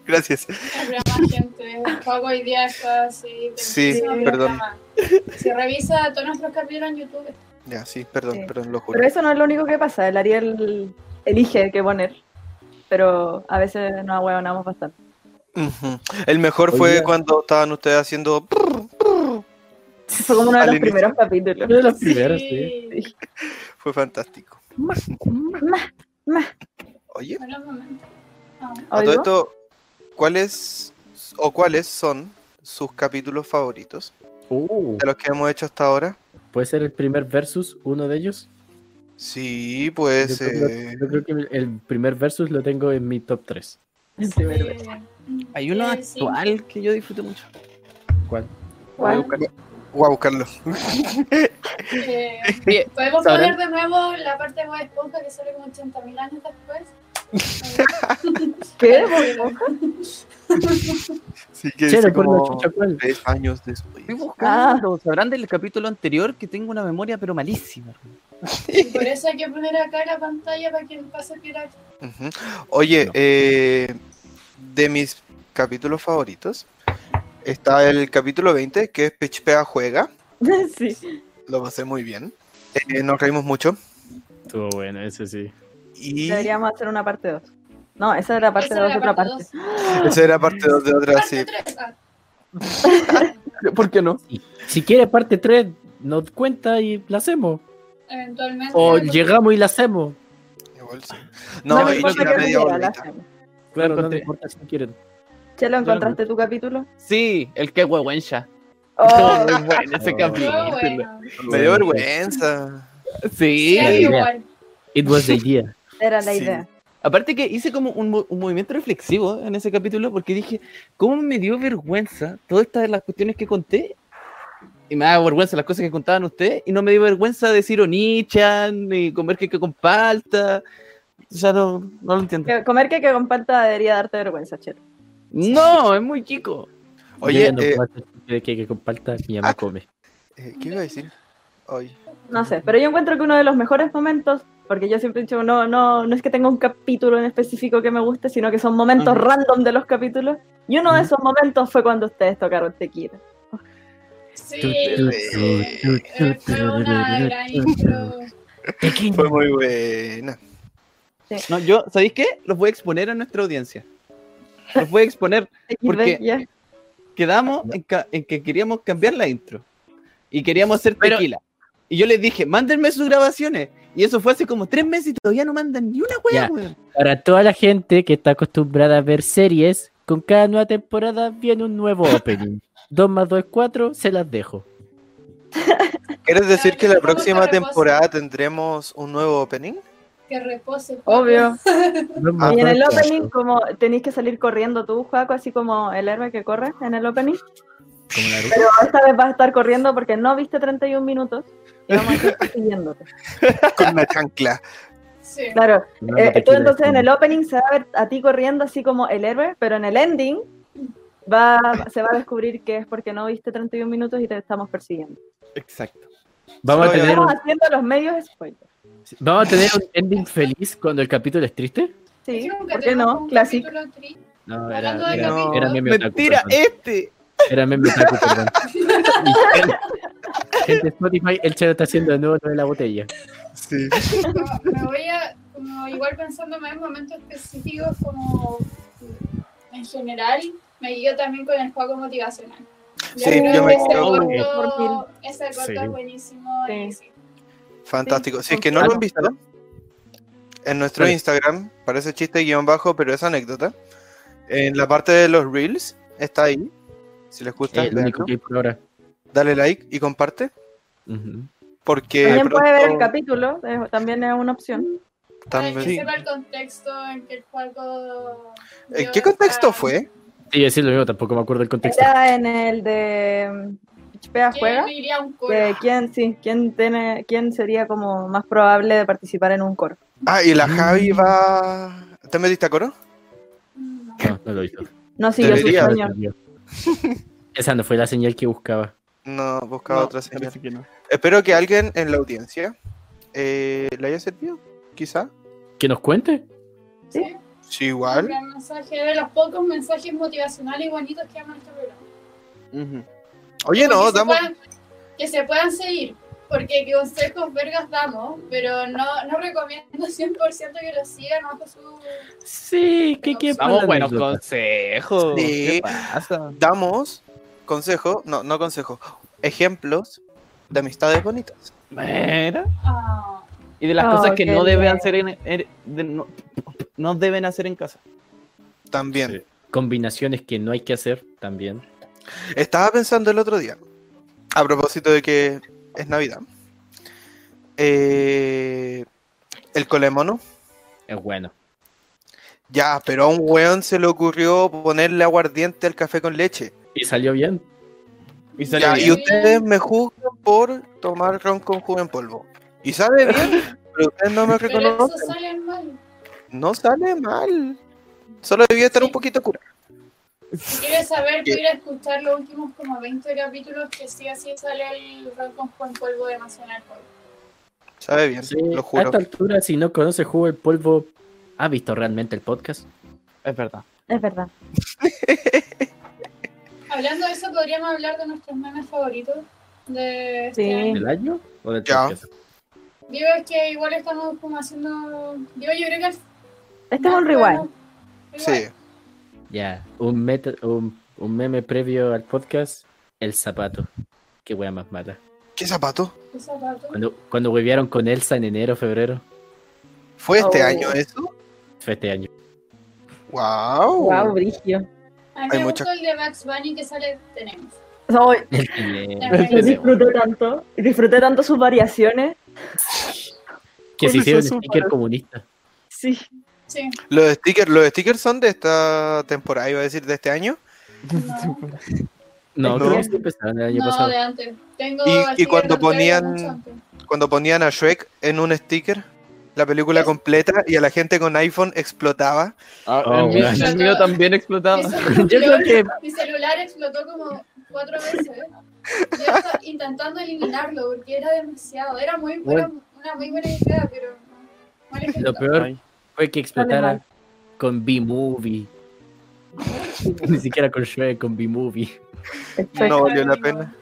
Speaker 4: Gracias.
Speaker 5: Habrá más gente. Pago hoy día está así.
Speaker 4: Sí,
Speaker 5: perdido,
Speaker 4: perdón.
Speaker 5: está mal. Si revisa todos nuestros capítulos en YouTube,
Speaker 4: Ya, sí, perdón,
Speaker 2: Sí.
Speaker 4: perdón, lo
Speaker 2: Pero
Speaker 4: juro.
Speaker 2: eso no es lo único que pasa, el Ariel elige qué poner. Pero a veces nos ahueonamos bastante.
Speaker 4: Ujú. El mejor fue
Speaker 3: Oye.
Speaker 4: cuando estaban ustedes haciendo.
Speaker 2: Fue como uno de
Speaker 4: Al
Speaker 2: los
Speaker 4: inicio.
Speaker 2: primeros capítulos.
Speaker 3: Uno de los primeros, sí.
Speaker 5: sí.
Speaker 4: Fue fantástico. Oye,
Speaker 5: Buenos momentos. Ah,
Speaker 4: a todo
Speaker 2: ¿Oigo?
Speaker 4: esto, ¿cuáles o cuáles son sus capítulos favoritos
Speaker 3: Uh,
Speaker 4: de los que hemos hecho hasta ahora?
Speaker 3: ¿Puede ser el primer versus uno de ellos?
Speaker 4: Sí,
Speaker 3: Yo
Speaker 4: pues.
Speaker 3: creo,
Speaker 4: eh,
Speaker 3: yo creo que el primer versus lo tengo en mi top 3.
Speaker 2: El primero.
Speaker 5: sí.
Speaker 6: Hay uno
Speaker 5: Eh, sí.
Speaker 6: actual que yo disfruté mucho.
Speaker 3: ¿Cuál?
Speaker 4: Voy a
Speaker 2: ¿Cuál?
Speaker 4: buscarlo. Voy a buscarlo.
Speaker 5: Eh,
Speaker 6: Bien,
Speaker 5: ¿Podemos
Speaker 6: sabrán.
Speaker 5: poner de nuevo la parte de Bob Esponja que sale como 80.000 años después?
Speaker 2: ¿Qué?
Speaker 4: Sí que
Speaker 3: Che,
Speaker 4: dice
Speaker 3: recuerdo
Speaker 4: como
Speaker 3: pues, chucha cuál.
Speaker 4: tres años después.
Speaker 6: Estoy buscando, sabrán del capítulo anterior que tengo una memoria pero malísima.
Speaker 5: Y por eso hay que poner acá la pantalla para que no pase pirata.
Speaker 4: Ujú. Oye,
Speaker 3: No.
Speaker 4: eh, de mis capítulos favoritos está el capítulo 20, que es Pitch Pea Juega.
Speaker 2: Sí.
Speaker 4: Lo pasé muy bien. Eh, nos reímos mucho.
Speaker 3: Estuvo bueno, ese sí.
Speaker 4: Y
Speaker 2: Deberíamos hacer una parte 2. No, esa era la parte
Speaker 5: Esa era
Speaker 2: 2
Speaker 5: la
Speaker 2: de otra
Speaker 5: parte
Speaker 2: parte.
Speaker 4: esa era parte 2 de otra, sí.
Speaker 5: Parte tres, ah.
Speaker 6: ¿Por qué no?
Speaker 3: Si quiere parte 3, nos cuenta y la hacemos.
Speaker 5: Eventualmente.
Speaker 3: O
Speaker 5: no-
Speaker 3: llegamos y la hacemos.
Speaker 4: Igual sí. No,
Speaker 2: me
Speaker 4: y
Speaker 2: importa
Speaker 4: la
Speaker 2: que
Speaker 4: media
Speaker 2: sea, la
Speaker 4: horita.
Speaker 2: hacemos.
Speaker 3: Claro, no
Speaker 6: encontré.
Speaker 3: me importa si quieren.
Speaker 2: Chelo,
Speaker 6: Yo no-
Speaker 2: ¿encontraste tu capítulo?
Speaker 6: Sí, el que huehuencha.
Speaker 2: Oh,
Speaker 6: Muy bueno ese
Speaker 3: Oh.
Speaker 5: Pero
Speaker 6: capítulo.
Speaker 5: bueno.
Speaker 4: Me dio vergüenza.
Speaker 5: Sí,
Speaker 6: Sí.
Speaker 5: da
Speaker 3: idea.
Speaker 5: igual.
Speaker 3: It was the idea.
Speaker 2: era la
Speaker 4: Sí.
Speaker 2: idea.
Speaker 6: Aparte que hice como un, mo- un movimiento reflexivo en ese capítulo porque dije, ¿cómo me dio vergüenza todas estas las cuestiones que conté? Y me daba vergüenza las cosas que contaban ustedes y no me dio vergüenza decir onichan ni comer que con palta. O sea, no, no lo entiendo.
Speaker 2: Que- Comer que que con palta debería darte vergüenza, Chelo.
Speaker 6: No, es muy chico.
Speaker 4: Oye,
Speaker 3: Yo ya no
Speaker 4: eh,
Speaker 3: puedo hacer que, que, que comparta, mi mamá
Speaker 4: ah.
Speaker 3: come.
Speaker 4: eh, ¿qué iba a decir? Ay.
Speaker 2: No sé, pero yo encuentro que uno de los mejores momentos, porque yo siempre he dicho, no, no, no es que tenga un capítulo en específico que me guste, sino que son momentos
Speaker 6: Ujú.
Speaker 2: random de los capítulos. Y uno de
Speaker 6: Ujú.
Speaker 2: esos momentos fue cuando ustedes tocaron Tequila.
Speaker 5: Sí.
Speaker 4: eh,
Speaker 5: eh, Fue una gran intro.
Speaker 4: Fue muy buena.
Speaker 6: No, yo, ¿sabéis qué? Los voy a exponer a nuestra audiencia. Los voy a exponer. ¿Por qué?
Speaker 2: Ya.
Speaker 6: Quedamos en, ca- en que queríamos cambiar la intro. Y queríamos hacer
Speaker 3: Pero-
Speaker 6: tequila. Y yo les dije, mándenme sus grabaciones. Y eso fue hace como tres meses y todavía no mandan ni una
Speaker 3: Ya.
Speaker 6: wea, weón.
Speaker 3: Para toda la gente que está acostumbrada a ver series, con cada nueva temporada viene un nuevo opening. 2 más 2 es 4, se las dejo.
Speaker 4: ¿Quieres decir que la
Speaker 5: Claro,
Speaker 4: próxima
Speaker 5: ¿cómo te
Speaker 4: temporada tendremos un nuevo opening?
Speaker 5: Que repose.
Speaker 2: Obvio.
Speaker 3: Dos más
Speaker 2: Ah, Y en
Speaker 3: dos
Speaker 2: el
Speaker 3: es cuatro.
Speaker 2: opening, como tenéis que salir corriendo tú, Juaco, así como el héroe que corre en el opening.
Speaker 3: Como Naruto.
Speaker 2: Pero esta vez vas a estar corriendo porque no viste 31 minutos. Y vamos a estar persiguiéndote.
Speaker 4: Con una chancla.
Speaker 5: Sí.
Speaker 2: Claro,
Speaker 3: No,
Speaker 2: Eh,
Speaker 3: no te
Speaker 2: tú
Speaker 3: quiero
Speaker 2: entonces en
Speaker 3: decir.
Speaker 2: el opening se va a ver a ti corriendo así como el héroe, pero en el ending va, se va a descubrir que es porque no viste 31 minutos y te estamos persiguiendo.
Speaker 6: Exacto.
Speaker 3: Vamos a
Speaker 4: Oye,
Speaker 3: tener un,
Speaker 2: Estamos haciendo los medios spoilers.
Speaker 3: vamos a tener un ending feliz cuando el capítulo es triste.
Speaker 2: Sí,
Speaker 5: Creo que
Speaker 2: ¿por qué
Speaker 5: tenemos
Speaker 2: no?
Speaker 5: un
Speaker 2: Clásico.
Speaker 5: capítulo tri-
Speaker 3: No, era,
Speaker 5: Hablando de
Speaker 3: era,
Speaker 4: capítulo.
Speaker 3: era meme otaku,
Speaker 6: Mentira,
Speaker 3: perdón.
Speaker 6: este.
Speaker 2: eh.
Speaker 3: Era meme otaku, perdón. Y gente- Gente de Spotify, el chero está haciendo de nuevo lo de la botella.
Speaker 4: Sí.
Speaker 5: No, me voy a, como igual pensándome en momentos específicos como en general, me guío también con el juego motivacional.
Speaker 4: Sí, yo me
Speaker 5: que ese
Speaker 4: quedo
Speaker 5: corto,
Speaker 2: con- Por fin.
Speaker 5: ese corto
Speaker 3: Sí.
Speaker 5: es buenísimo.
Speaker 2: Sí.
Speaker 5: y sí.
Speaker 4: Fantástico. Si es que no lo han visto, en nuestro
Speaker 3: Dale.
Speaker 4: Instagram, parece chiste guión bajo, pero es anécdota. En la parte de los reels, está ahí. Si les gusta,
Speaker 3: Eh, lo único
Speaker 4: véanlo.
Speaker 3: que hay por ahora.
Speaker 4: dale like y comparte.
Speaker 3: Ujú.
Speaker 4: Porque
Speaker 3: Eh,
Speaker 2: También
Speaker 4: pronto-
Speaker 2: puede ver el capítulo, eh, también es una opción.
Speaker 5: Para
Speaker 4: también-
Speaker 5: que sepa el contexto en que el juego.
Speaker 4: ¿En
Speaker 5: dio
Speaker 4: qué
Speaker 5: esa-
Speaker 4: contexto fue?
Speaker 3: Sí, sí, lo mismo, tampoco me acuerdo el contexto.
Speaker 2: Era en el de mm, Chpea
Speaker 5: Yo
Speaker 2: juega.
Speaker 5: diría un coro.
Speaker 2: que quién, sí, quién, tiene, quién sería como más probable de participar en un coro.
Speaker 4: Ah, y la Javi va. ¿Te metiste a coro?
Speaker 5: No.
Speaker 3: No, no lo hizo.
Speaker 2: No siguió su
Speaker 4: Debería.
Speaker 2: sueño.
Speaker 3: Esa no fue la señal que buscaba.
Speaker 4: No, buscaba
Speaker 6: No,
Speaker 4: otra señal.
Speaker 6: parece que no.
Speaker 4: Espero que alguien en la audiencia eh, le haya servido. Quizá.
Speaker 3: ¿Que nos cuente?
Speaker 2: Sí.
Speaker 4: Sí, igual.
Speaker 5: Un gran mensaje de los pocos mensajes motivacionales y bonitos que ama nuestro programa.
Speaker 6: Ujú.
Speaker 4: Oye,
Speaker 5: Porque
Speaker 4: no,
Speaker 5: se
Speaker 4: damos.
Speaker 5: puedan- que se puedan seguir, porque que consejos vergas damos, pero no, no recomiendo 100% que lo sigan bajo su...
Speaker 3: Sí, que qué
Speaker 6: Vamos,
Speaker 3: mala
Speaker 6: buenos
Speaker 3: anécdota.
Speaker 6: consejos.
Speaker 4: Sí.
Speaker 6: ¿Qué pasa?
Speaker 4: damos consejo, no, no consejo, ejemplos de amistades bonitas.
Speaker 6: Mira.
Speaker 5: Ah,
Speaker 6: Y de las
Speaker 2: Oh,
Speaker 6: cosas que
Speaker 2: qué
Speaker 6: no deben
Speaker 2: bien.
Speaker 6: hacer en, en- de- no, no deben hacer en casa.
Speaker 4: También.
Speaker 3: Sí. Combinaciones que no hay que hacer también.
Speaker 4: Estaba pensando el otro día, a propósito de que es Navidad, eh, el colemono,
Speaker 3: Es bueno.
Speaker 4: Ya, pero a un weón se le ocurrió ponerle aguardiente al café con leche.
Speaker 3: Y salió bien.
Speaker 6: Y salió
Speaker 4: Ya,
Speaker 6: bien.
Speaker 4: y ustedes me juzgan por tomar ron con jugo en polvo. Y sabe bien, pero ustedes no me
Speaker 5: Pero eso
Speaker 4: reconocen.
Speaker 5: sale mal.
Speaker 4: No sale mal. Solo debía estar un poquito curado.
Speaker 5: Si quieres saber, voy a ir a escuchar los últimos como 20 capítulos que sí así sale el ron con Juan Polvo de Nacional Polvo.
Speaker 4: Sabe bien,
Speaker 3: Sí,
Speaker 4: lo
Speaker 3: a
Speaker 4: juro.
Speaker 3: esta altura, si no conoce Jugo el Polvo, ¿ha visto realmente el podcast?
Speaker 6: Es verdad.
Speaker 2: Es verdad.
Speaker 5: Hablando de eso, podríamos hablar de nuestros memes favoritos. De este
Speaker 2: Sí.
Speaker 5: año.
Speaker 3: ¿Del año o del
Speaker 4: Ya.
Speaker 3: podcast?
Speaker 5: Digo, es que igual estamos como haciendo. Digo, yo creo que. al-
Speaker 2: Este es
Speaker 5: más
Speaker 2: un rewind.
Speaker 5: bueno,
Speaker 4: Sí.
Speaker 3: Ya, un, meta- un, un meme previo al podcast, el zapato. Qué wea más mala.
Speaker 4: ¿Qué zapato?
Speaker 5: un zapato.
Speaker 3: Cuando, cuando huevearon con Elsa en enero, febrero,
Speaker 4: ¿Fue este
Speaker 2: Oh.
Speaker 4: año eso?
Speaker 3: fue este año.
Speaker 4: ¡Wow!
Speaker 2: Wow, Brigio.
Speaker 5: A mí
Speaker 4: Hay
Speaker 5: Ah, me
Speaker 4: muchas-
Speaker 5: gustó el de Max Bunny que sale tenemos.
Speaker 2: No, yo
Speaker 5: Ese,
Speaker 2: disfruté tanto. Disfruté tanto sus variaciones.
Speaker 3: que
Speaker 4: ¿Cuáles
Speaker 3: se hicieron
Speaker 4: son sus
Speaker 3: sticker
Speaker 4: palabras?
Speaker 3: comunista.
Speaker 2: Sí.
Speaker 5: Sí.
Speaker 4: Los stickers, los stickers son de esta temporada, iba a decir de este año.
Speaker 5: No,
Speaker 3: No,
Speaker 4: No.
Speaker 3: creo que sí empezaron el año
Speaker 5: no
Speaker 3: pasado.
Speaker 5: de antes. Tengo
Speaker 4: Y- y
Speaker 5: así que
Speaker 4: cuando
Speaker 5: no traigo
Speaker 4: ponían-
Speaker 5: mucho antes.
Speaker 4: Cuando ponían a Shrek en un sticker, la película completa, y a la gente con iPhone explotaba.
Speaker 6: Ah,
Speaker 3: Oh,
Speaker 6: el, mío,
Speaker 5: bueno.
Speaker 6: el mío también
Speaker 5: Mi
Speaker 6: explotaba.
Speaker 5: celular-
Speaker 3: Yo creo que
Speaker 5: Mi celular explotó como cuatro veces. Yo estaba intentando eliminarlo porque era demasiado. Era muy buena, una muy buena idea, pero. no le
Speaker 3: lo
Speaker 5: ejecutó.
Speaker 3: peor
Speaker 6: Ay.
Speaker 3: fue
Speaker 2: Sale
Speaker 3: que explotara con B-Movie. Ni siquiera con Shrek, con B-Movie.
Speaker 2: Estoy-
Speaker 4: No valió la pena.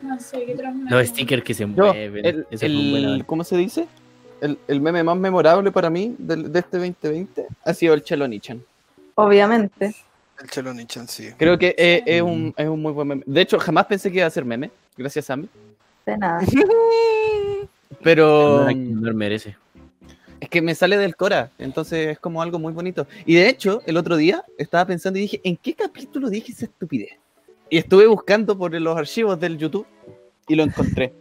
Speaker 5: No sé, qué
Speaker 3: Los
Speaker 5: tremendo.
Speaker 3: stickers que se
Speaker 6: Yo,
Speaker 3: mueven.
Speaker 6: el,
Speaker 3: eso
Speaker 6: el-
Speaker 3: fue un buen
Speaker 6: ¿Cómo se dice? El, el meme más memorable para mí del- de, este 2020 ha sido el Chelonichan.
Speaker 2: Obviamente.
Speaker 4: El Chelonichan, sí.
Speaker 6: Creo que es,
Speaker 5: Sí.
Speaker 6: es un, es un muy buen meme. De hecho, jamás pensé que iba a ser meme, gracias a mí.
Speaker 2: De nada.
Speaker 6: Pero
Speaker 3: honor a quien honor merece.
Speaker 6: mm, es que me sale del Cora, entonces es como algo muy bonito. Y de hecho, el otro día estaba pensando y dije, ¿en qué capítulo dije esa estupidez? Y estuve buscando por los archivos del YouTube y lo encontré.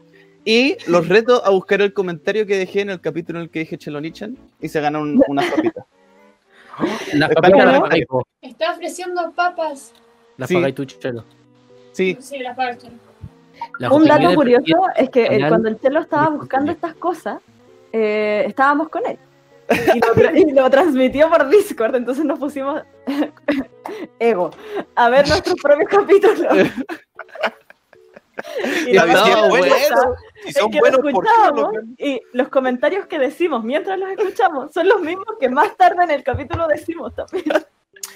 Speaker 6: Y los reto a buscar el comentario que dejé en el capítulo en el que dije Chelonichan y se ganan un- unas papitas.
Speaker 3: Las
Speaker 6: Está
Speaker 3: papitas
Speaker 6: bien.
Speaker 3: las pagáis vos,
Speaker 5: Está ofreciendo papas.
Speaker 3: las
Speaker 6: Sí.
Speaker 3: pagáis tú, Chelo.
Speaker 6: Sí,
Speaker 5: Sí, la parte.
Speaker 3: Las
Speaker 2: Un dato
Speaker 3: opiniones
Speaker 2: curioso es que eh,
Speaker 3: canal
Speaker 2: cuando el Chelo estaba
Speaker 3: de
Speaker 2: buscando
Speaker 3: contenido.
Speaker 2: estas cosas, eh, estábamos con él. Y lo, tra- y lo transmitió por Discord, entonces nos pusimos ego a ver nuestros propios capítulos. y
Speaker 6: Ya
Speaker 2: lo
Speaker 6: estaba
Speaker 2: mejor de
Speaker 4: bueno.
Speaker 2: todo
Speaker 4: Si
Speaker 2: es
Speaker 4: son
Speaker 2: que
Speaker 4: buenos,
Speaker 2: lo
Speaker 4: ¿por qué no lo
Speaker 2: escuchábamos y los comentarios que decimos mientras los escuchamos son los mismos que más tarde en el capítulo decimos también.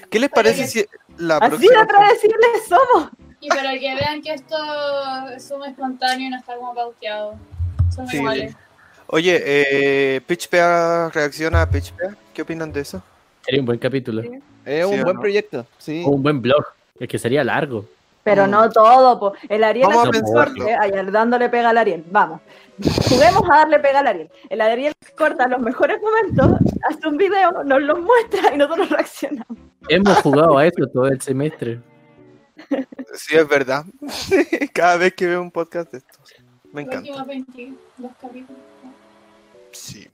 Speaker 4: ¿Qué les parece si la
Speaker 2: Así de
Speaker 4: próxima...
Speaker 2: predecibles somos.
Speaker 5: Y para que vean que esto es sumo espontáneo y no está como pauteado. Son
Speaker 4: Sí.
Speaker 5: iguales.
Speaker 4: Oye, eh, Pitchpea reacciona a Pitchpea. ¿Qué opinan de eso?
Speaker 3: Sería un buen capítulo.
Speaker 2: Sí.
Speaker 6: es
Speaker 4: Sí,
Speaker 6: un
Speaker 4: ¿o
Speaker 6: buen
Speaker 4: no?
Speaker 6: proyecto. Sí.
Speaker 3: O un buen blog. Es que sería largo.
Speaker 2: Pero
Speaker 4: Mm.
Speaker 2: no todo, po. El Ariel
Speaker 4: Vamos a
Speaker 2: hace
Speaker 4: pensarlo.
Speaker 2: corte, eh, ayer dándole pega al Ariel. Vamos. Juguemos a darle pega al Ariel. El Ariel corta los mejores momentos, hace un video, nos los muestra y nosotros reaccionamos.
Speaker 3: Hemos jugado a eso todo el semestre.
Speaker 4: Sí, es verdad. Cada vez que veo un podcast de estos.
Speaker 5: Los
Speaker 4: Me encanta.
Speaker 5: últimos 22 capítulos.
Speaker 4: Sí.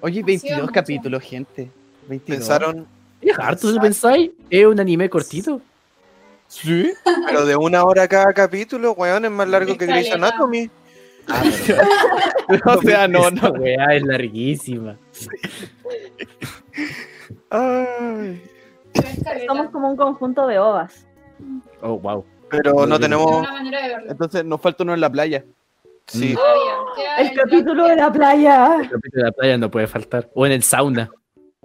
Speaker 6: Oye,
Speaker 5: sido
Speaker 6: 22
Speaker 5: mucho.
Speaker 6: capítulos, gente. 22.
Speaker 4: Pensaron,
Speaker 3: Es harto, si pensáis. Es un anime cortito.
Speaker 6: Sí.
Speaker 4: pero de una hora cada capítulo, weón, es más largo que Grey's
Speaker 5: Escaleta.
Speaker 4: Anatomy.
Speaker 6: o sea, no, no.
Speaker 3: Esa weá es larguísima.
Speaker 4: Ay.
Speaker 5: Pero es caleta.
Speaker 2: Somos como un conjunto de ovas.
Speaker 3: Oh, wow.
Speaker 4: Pero no
Speaker 3: Podría-
Speaker 5: Es
Speaker 4: tenemos.
Speaker 5: una manera de verlo.
Speaker 6: Entonces nos falta uno en la playa.
Speaker 4: Sí.
Speaker 5: Ah, ya. Queda
Speaker 2: El
Speaker 5: plan
Speaker 2: capítulo
Speaker 5: que-
Speaker 2: de la playa.
Speaker 3: El capítulo de la playa no puede faltar. O en el sauna.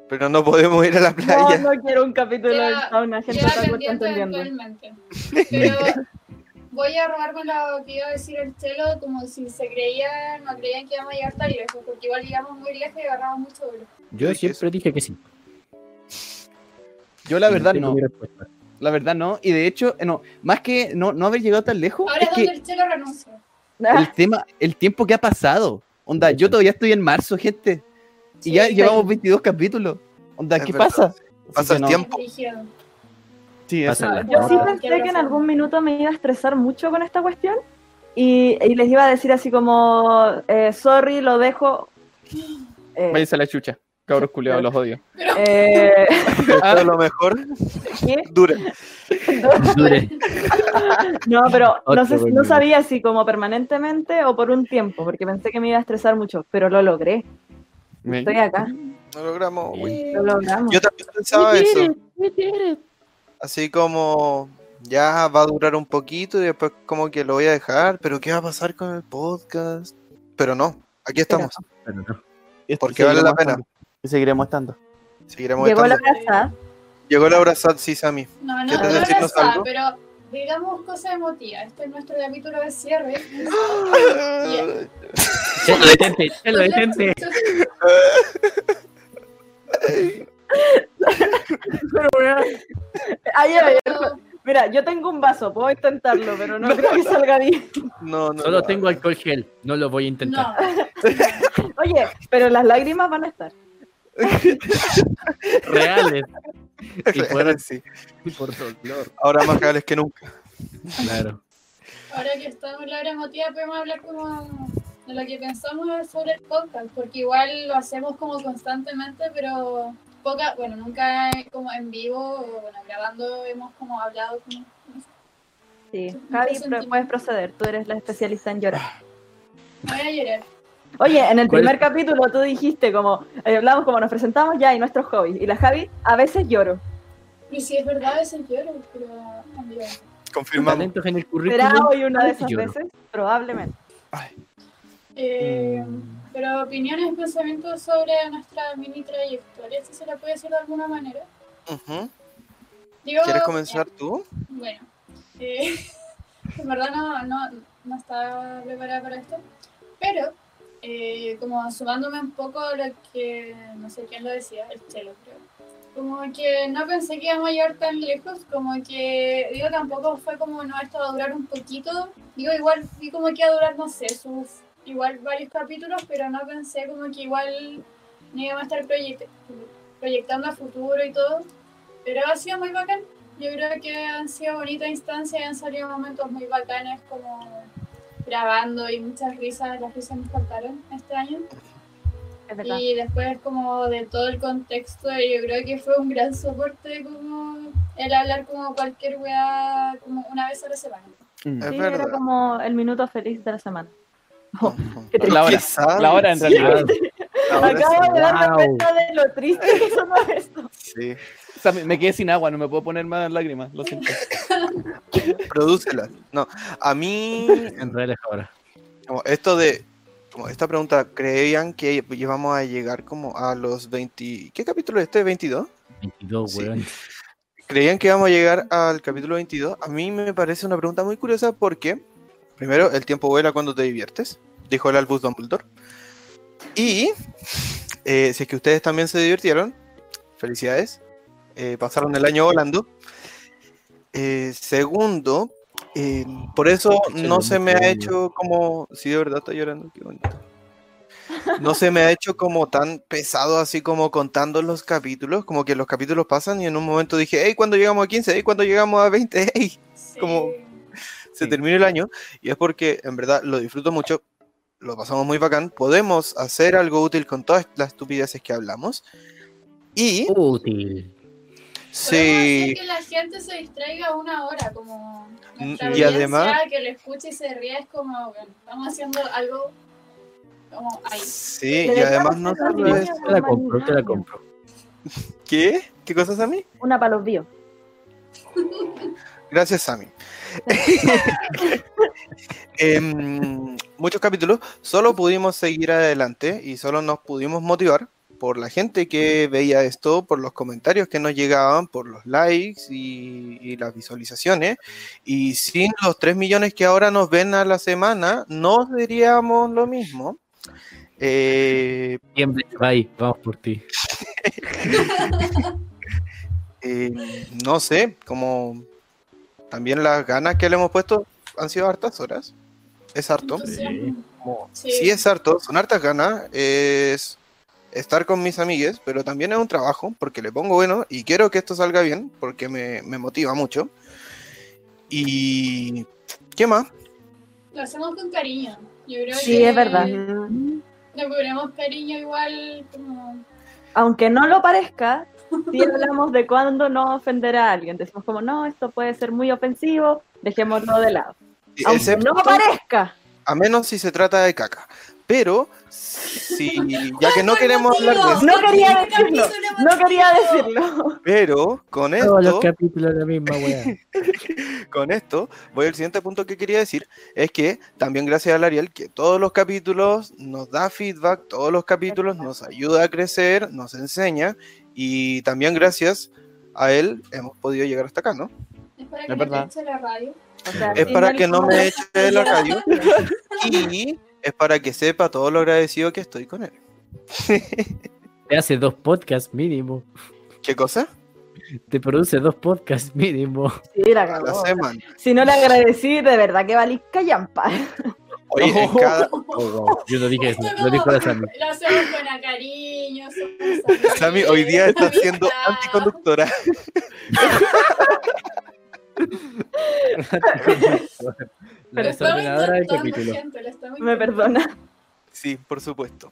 Speaker 4: Pero no podemos ir a la
Speaker 2: No,
Speaker 4: playa.
Speaker 2: no quiero un capítulo
Speaker 5: Queda-
Speaker 2: del sauna, gente
Speaker 5: Queda
Speaker 2: está
Speaker 5: pendiente
Speaker 2: entendiendo.
Speaker 5: eventualmente. Pero voy a robarme lo que iba a decir el chelo, como si se creían, no creían que íbamos a llegar tan lejos, porque igual llegamos muy lejos y agarramos mucho duro.
Speaker 3: Yo
Speaker 4: Sí,
Speaker 3: siempre dije que sí.
Speaker 6: Yo la verdad
Speaker 3: tengo
Speaker 6: no.
Speaker 3: mi respuesta.
Speaker 6: La verdad no. Y de hecho, eh, no. Más que no, no haber llegado tan lejos,
Speaker 5: Ahora
Speaker 6: es
Speaker 5: es donde
Speaker 6: que
Speaker 5: el chelo renuncia.
Speaker 2: Ah,
Speaker 6: el tema, el tiempo que ha pasado. Onda, yo todavía estoy en marzo, gente. Y ya
Speaker 5: Sí,
Speaker 6: llevamos 22 capítulos. Onda,
Speaker 4: Es
Speaker 6: ¿qué
Speaker 4: verdad.
Speaker 6: pasa? Así
Speaker 4: Pasa
Speaker 6: que
Speaker 4: el
Speaker 6: no.
Speaker 4: tiempo.
Speaker 5: Rígido.
Speaker 6: Sí,
Speaker 3: Pasa
Speaker 6: eso.
Speaker 3: la-
Speaker 2: Yo sí
Speaker 5: Ah,
Speaker 2: pensé
Speaker 5: qué
Speaker 2: que en
Speaker 5: gracioso.
Speaker 2: algún minuto me iba a estresar mucho con esta cuestión y, y les iba a decir así como, eh, sorry, lo dejo. Eh,
Speaker 6: Váyanse a la chucha. Cabros culiados, los odio. Ah.
Speaker 2: Eh,
Speaker 4: Esto es lo mejor.
Speaker 2: ¿qué?
Speaker 4: Dura.
Speaker 3: Dure.
Speaker 2: No, pero no,
Speaker 3: Otro
Speaker 2: sé, si-
Speaker 3: buen
Speaker 2: no
Speaker 3: nivel.
Speaker 2: sabía si como permanentemente o por un tiempo, porque pensé que me iba a estresar mucho, pero lo logré. Estoy acá,
Speaker 4: Lo logramos. Oh, güey.
Speaker 2: lo logramos.
Speaker 4: Yo también pensaba eso. Así como ya va a durar un poquito y después como que lo voy a dejar, pero ¿qué va a pasar con el podcast? Pero no, aquí estamos. Porque vale la pena.
Speaker 6: Y seguiremos estando.
Speaker 4: Seguiremos
Speaker 2: Llegó la
Speaker 4: estando.
Speaker 2: abrazada.
Speaker 4: Llegó la abrazada, sí, Sammy.
Speaker 5: No, no,
Speaker 4: ¿Quieres
Speaker 5: no lo
Speaker 4: decirnos
Speaker 5: abrazada,
Speaker 4: algo?
Speaker 5: pero digamos cosas emotivas. Este es nuestro capítulo de cierre.
Speaker 3: Chelo, detente, chelo, detente.
Speaker 2: Ay, ay, ay, Mira, yo tengo un vaso, puedo intentarlo, pero no creo que salga bien.
Speaker 4: No, no.
Speaker 3: Solo
Speaker 4: no.
Speaker 3: tengo alcohol gel, no lo voy a intentar.
Speaker 5: No,
Speaker 2: Oye, pero las lágrimas van a estar.
Speaker 3: Reales. Y fueron
Speaker 4: Sí,
Speaker 3: por dolor.
Speaker 4: Ahora más reales que nunca.
Speaker 3: Claro.
Speaker 5: ahora que estamos en la hora emotiva podemos hablar como de lo que pensamos sobre el podcast, porque igual lo hacemos como constantemente, pero poca, bueno, nunca como en vivo o bueno, grabando hemos como hablado como
Speaker 2: Sí. Javi, pro- puedes proceder, tú eres la especialista en llorar.
Speaker 5: voy a llorar.
Speaker 2: Ah. Oye, en el
Speaker 3: ¿Cuál es?
Speaker 2: primer capítulo tú dijiste como, eh, hablamos como nos presentamos ya y nuestros hobbies. Y la Javi, a veces lloro.
Speaker 5: Y si es verdad, a veces lloro, pero no lloro.
Speaker 4: Confirmamos.
Speaker 3: Talentos en el
Speaker 2: ¿Será
Speaker 3: currículum.
Speaker 2: hoy una de esas
Speaker 3: Lloro.
Speaker 2: veces? Probablemente.
Speaker 5: Eh, pero opiniones, pensamientos sobre nuestra mini trayectoria, si se la puede decir de alguna manera.
Speaker 4: Ujú.
Speaker 5: Digo,
Speaker 4: ¿Quieres comenzar tú?
Speaker 5: Bueno, eh, en verdad no, no, no estaba preparada para esto, pero eh, como sumándome un poco a lo que, no sé quién lo decía, el chelo creo, como que no pensé que íbamos a llegar tan lejos, como que, digo, tampoco fue como, no, esto va a durar un poquito, digo, igual, vi como que iba a durar, no sé, sus, igual varios capítulos, pero no pensé como que igual no íbamos a estar proyect- proyectando a futuro y todo, pero ha sido muy bacán. Yo creo que han sido bonitas instancias y han salido momentos muy bacanes como grabando y muchas risas, las risas nos faltaron este año.
Speaker 2: Es verdad.
Speaker 5: Y después como de todo el contexto, yo creo que fue un gran soporte como el hablar como cualquier weá como una vez a la semana.
Speaker 6: Mm.
Speaker 4: Es
Speaker 2: Sí,
Speaker 4: verdad.
Speaker 2: era como el minuto feliz de la semana.
Speaker 4: Ujú.
Speaker 2: Qué triste.
Speaker 6: La hora,
Speaker 4: Quizás,
Speaker 6: la hora en
Speaker 4: sí,
Speaker 6: realidad.
Speaker 4: la
Speaker 2: Me
Speaker 4: hora
Speaker 2: acabo de dar
Speaker 3: Wow.
Speaker 2: cuenta de lo triste que sonó esto.
Speaker 4: sí.
Speaker 6: O sea, me, me quedé sin agua, no me puedo poner más lágrimas, lo siento.
Speaker 4: Prodúcela. No, a mí
Speaker 3: En reales ahora.
Speaker 4: Como esto de como esta pregunta, ¿creían que íbamos a llegar como a los 20 ¿Qué capítulo es este? 22.
Speaker 3: 22,
Speaker 4: Sí.
Speaker 3: weón.
Speaker 4: ¿Creían que íbamos a llegar al capítulo 22? A mí me parece una pregunta muy curiosa porque primero, el tiempo vuela cuando te diviertes, dijo el Albus Dumbledore. Y eh, si es que ustedes también se divirtieron, felicidades. eh, pasaron el año volando. Eh, segundo, eh, por eso
Speaker 3: Escuché
Speaker 4: no
Speaker 3: el
Speaker 4: se me ha
Speaker 3: micrófono.
Speaker 4: hecho como. Sí, de verdad estoy llorando, qué bonito. No se me ha hecho como tan pesado así como contando los capítulos, como que los capítulos pasan y en un momento dije, hey, ¿cuándo llegamos a 15? Hey, ¿cuándo llegamos a 20? Hey,
Speaker 5: Sí.
Speaker 4: Como- se
Speaker 6: Sí.
Speaker 4: termina el año y es porque en verdad lo disfruto mucho, lo pasamos muy bacán, podemos hacer algo útil con todas las estupideces que hablamos y
Speaker 3: Útil.
Speaker 5: Podemos
Speaker 4: sí,
Speaker 5: hacer que la gente se distraiga una hora como... nuestra
Speaker 4: Mm, Y además-
Speaker 5: audiencia que lo escuche y se ría es como, bueno, estamos haciendo algo como ahí.
Speaker 4: sí, y
Speaker 2: Deberíamos
Speaker 4: además no
Speaker 2: hacer
Speaker 4: solo
Speaker 2: una
Speaker 4: es...
Speaker 2: línea
Speaker 3: Te la compro, te la
Speaker 2: humanitaria.
Speaker 3: compro.
Speaker 4: ¿Qué? ¿Qué cosas a mí?
Speaker 2: Una para los vivos.
Speaker 4: Gracias, Sammy. Em, muchos capítulos, solo pudimos seguir adelante y solo nos pudimos motivar por la gente que veía esto, por los comentarios que nos llegaban, por los likes y, y las visualizaciones. Y sin los 3 millones que ahora nos ven a la semana, no diríamos lo mismo. Eh,
Speaker 3: Siempre, bye, vamos por ti.
Speaker 4: eh, no sé, como también las ganas que le hemos puesto han sido hartas horas. Es harto.
Speaker 5: Entusiasmo.
Speaker 4: como,
Speaker 5: Sí.
Speaker 4: sí. es harto, son hartas ganas, es estar con mis amigues, pero también es un trabajo, porque le pongo bueno y quiero que esto salga bien, porque me, me motiva mucho. Y... ¿Qué más?
Speaker 5: Lo hacemos con cariño. Yo creo
Speaker 2: Sí,
Speaker 5: que
Speaker 2: es verdad.
Speaker 5: Le ponemos cariño igual como
Speaker 2: aunque no lo parezca, sí hablamos de cuándo no ofender a alguien. Decimos como, no, esto puede ser muy ofensivo, dejémoslo de lado. Aunque
Speaker 4: Excepto-
Speaker 2: no parezca.
Speaker 4: a menos si se trata de caca. Pero, si, ya que no queremos hablar de eso,
Speaker 2: No quería decirlo. No quería decirlo.
Speaker 4: pero con
Speaker 3: Todos los
Speaker 4: esto,
Speaker 3: capítulos de la misma weá.
Speaker 4: con esto, voy al siguiente punto que quería decir, es que también gracias al Ariel, que todos los capítulos nos da feedback, todos los capítulos nos ayuda a crecer, nos enseña, y también gracias a él hemos podido llegar hasta acá, ¿no?
Speaker 5: Es para
Speaker 6: Es
Speaker 5: que
Speaker 6: verdad.
Speaker 5: me eche la radio.
Speaker 2: O sea,
Speaker 4: Es
Speaker 2: sí,
Speaker 4: para
Speaker 2: no
Speaker 4: que no me eche de la radio
Speaker 5: Pero
Speaker 4: y es para que sepa todo lo agradecido que estoy con él.
Speaker 3: Te hace dos podcasts mínimo.
Speaker 4: ¿Qué cosa?
Speaker 3: Te produce dos podcasts mínimo.
Speaker 2: Sí, la
Speaker 4: A la
Speaker 2: cagó.
Speaker 4: semana.
Speaker 2: Si no le agradecí, de verdad que valís callampa.
Speaker 4: Oye, en cada,
Speaker 3: Oh, wow. Yo no dije eso, lo dijo la Sami.
Speaker 5: Lo hacemos con cariño. somos
Speaker 4: Sami hoy día está
Speaker 5: amigos,
Speaker 4: siendo anticonductora.
Speaker 5: lo
Speaker 3: La
Speaker 5: estamos
Speaker 3: desordenadora del
Speaker 5: intentando,
Speaker 3: capítulo.
Speaker 5: gente, lo estamos
Speaker 2: Me
Speaker 5: intentando.
Speaker 2: perdona,
Speaker 4: Sí, por supuesto.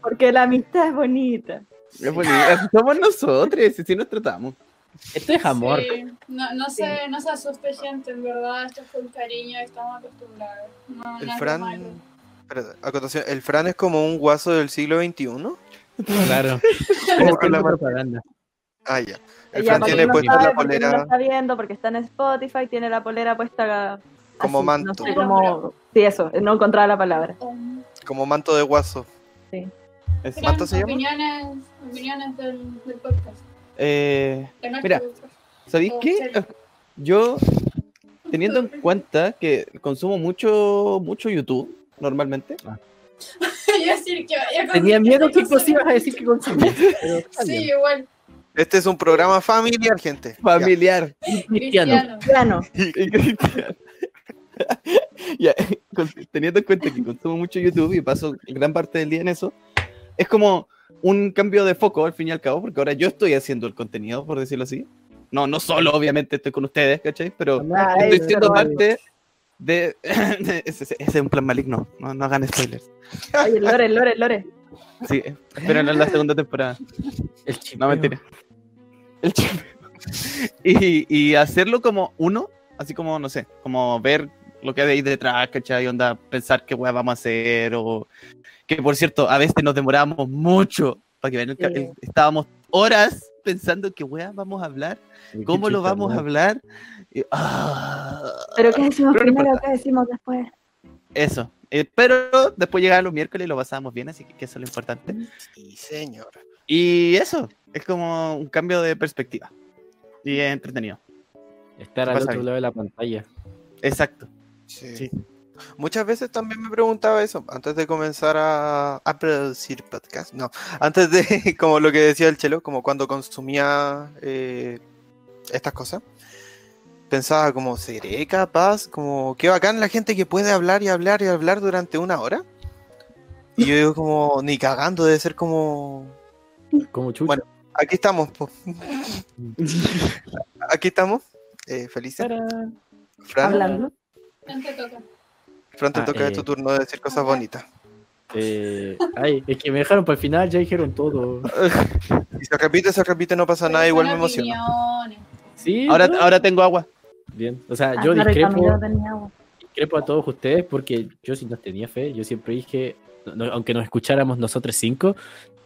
Speaker 2: porque la amistad es bonita.
Speaker 6: Es bonito. Así pues, somos nosotros, si nos tratamos.
Speaker 3: Esto es amor.
Speaker 5: Sí, No, no, se, no se asuste, gente, en verdad, esto es con cariño, estamos acostumbrados. No,
Speaker 4: El
Speaker 5: no es malo.
Speaker 4: Fran. espérate, acotación, el Fran es como un guaso del siglo XXI.
Speaker 3: Claro.
Speaker 4: Como con la mar-
Speaker 3: propaganda.
Speaker 4: Ah, ya. El
Speaker 2: Ya,
Speaker 4: Fran
Speaker 2: para
Speaker 4: tiene
Speaker 2: quien no
Speaker 4: puesta
Speaker 2: sabe,
Speaker 4: la
Speaker 2: porque No lo
Speaker 4: polera.
Speaker 2: está viendo porque está en Spotify, tiene la polera puesta
Speaker 4: Como
Speaker 2: así,
Speaker 4: manto.
Speaker 2: No sé cómo. Sí, eso, no encontraba la palabra.
Speaker 5: Oh,
Speaker 4: Como manto de guaso.
Speaker 6: Es-
Speaker 5: Fran,
Speaker 4: se llama?
Speaker 5: Opiniones, opiniones del, del podcast.
Speaker 6: eh,
Speaker 5: de nuestro
Speaker 6: Mira,
Speaker 5: podcast.
Speaker 6: ¿Sabéis
Speaker 5: Oh,
Speaker 6: qué?
Speaker 5: serio.
Speaker 6: Yo, teniendo en cuenta que consumo mucho, mucho YouTube normalmente,
Speaker 5: Iba a decir que vaya con-
Speaker 3: Tenía miedo que
Speaker 5: Sí,
Speaker 3: vos ibas a decir que consumías. pero está
Speaker 5: Sí,
Speaker 3: bien.
Speaker 5: igual,
Speaker 4: Este es un programa familiar, gente. Ya.
Speaker 6: familiar.
Speaker 3: Cristiano.
Speaker 5: cristiano.
Speaker 2: Plano.
Speaker 6: y cristiano. Ya, con- teniendo en cuenta que consumo mucho YouTube y paso gran parte del día en eso, es como un cambio de foco al fin y al cabo, porque ahora yo estoy haciendo el contenido, por decirlo así. No, no solo, obviamente, estoy con ustedes, ¿cachai? Pero
Speaker 2: Ay,
Speaker 6: estoy siendo
Speaker 2: pero-
Speaker 6: parte de... ese, ese- ese es un plan maligno, no, no hagan spoilers.
Speaker 2: Oye, Lore, Lore, Lore.
Speaker 6: Sí, pero no es la segunda temporada.
Speaker 3: El chip.
Speaker 6: No, mentira. El chipeo. Y, y hacerlo como uno, así como, no sé, como ver lo que hay ahí detrás, ¿cachai? Onda, pensar qué weá vamos a hacer, o... Que, por cierto, a veces nos demoramos mucho, para que vean, el ca-
Speaker 2: Sí.
Speaker 6: el- estábamos horas pensando qué weá vamos a hablar, cómo lo vamos a hablar. y- ah,
Speaker 2: ¿Pero qué decimos
Speaker 6: Pero no
Speaker 2: primero?
Speaker 6: importa.
Speaker 2: ¿Qué decimos después?
Speaker 6: eso. Eh, pero después llegaban los miércoles y lo pasábamos bien, así que eso es lo importante.
Speaker 4: Sí, señor.
Speaker 6: Y eso, es como un cambio de perspectiva. Y es entretenido.
Speaker 3: Estar al
Speaker 6: Pasa
Speaker 3: otro
Speaker 6: bien.
Speaker 3: lado de la pantalla.
Speaker 6: Exacto.
Speaker 4: Sí.
Speaker 6: Sí.
Speaker 4: Muchas veces también me preguntaba eso, antes de comenzar a, a producir podcast, no, antes de, como lo que decía el Chelo, como cuando consumía eh, estas cosas, pensaba como, ¿seré capaz? Como, qué bacán la gente que puede hablar y hablar y hablar durante una hora. Y yo digo como, ni cagando, debe ser como,
Speaker 3: Como chucha.
Speaker 4: Bueno. aquí estamos, po. aquí estamos, eh, felices.
Speaker 3: Tarán.
Speaker 4: Fran,
Speaker 2: Hablando.
Speaker 5: Gente toca.
Speaker 4: Fran, te
Speaker 3: Ah,
Speaker 4: toca
Speaker 3: eh.
Speaker 4: tu turno de decir cosas bonitas.
Speaker 3: Eh, ay, es que me dejaron para el final, ya dijeron todo.
Speaker 4: Si se repite, se repite, no pasa nada,
Speaker 5: Pero
Speaker 4: igual me
Speaker 5: son
Speaker 4: emociona.
Speaker 5: opiniones.
Speaker 3: Sí,
Speaker 6: Ahora,
Speaker 3: ¿no?
Speaker 6: ahora tengo agua.
Speaker 3: Bien. O sea,
Speaker 2: Ah,
Speaker 3: yo
Speaker 2: claro, el
Speaker 3: discrepo.
Speaker 2: Camilo tenía agua.
Speaker 3: discrepo a todos ustedes porque yo sí nos tenía fe, yo siempre dije, no- aunque nos escucháramos nosotros cinco,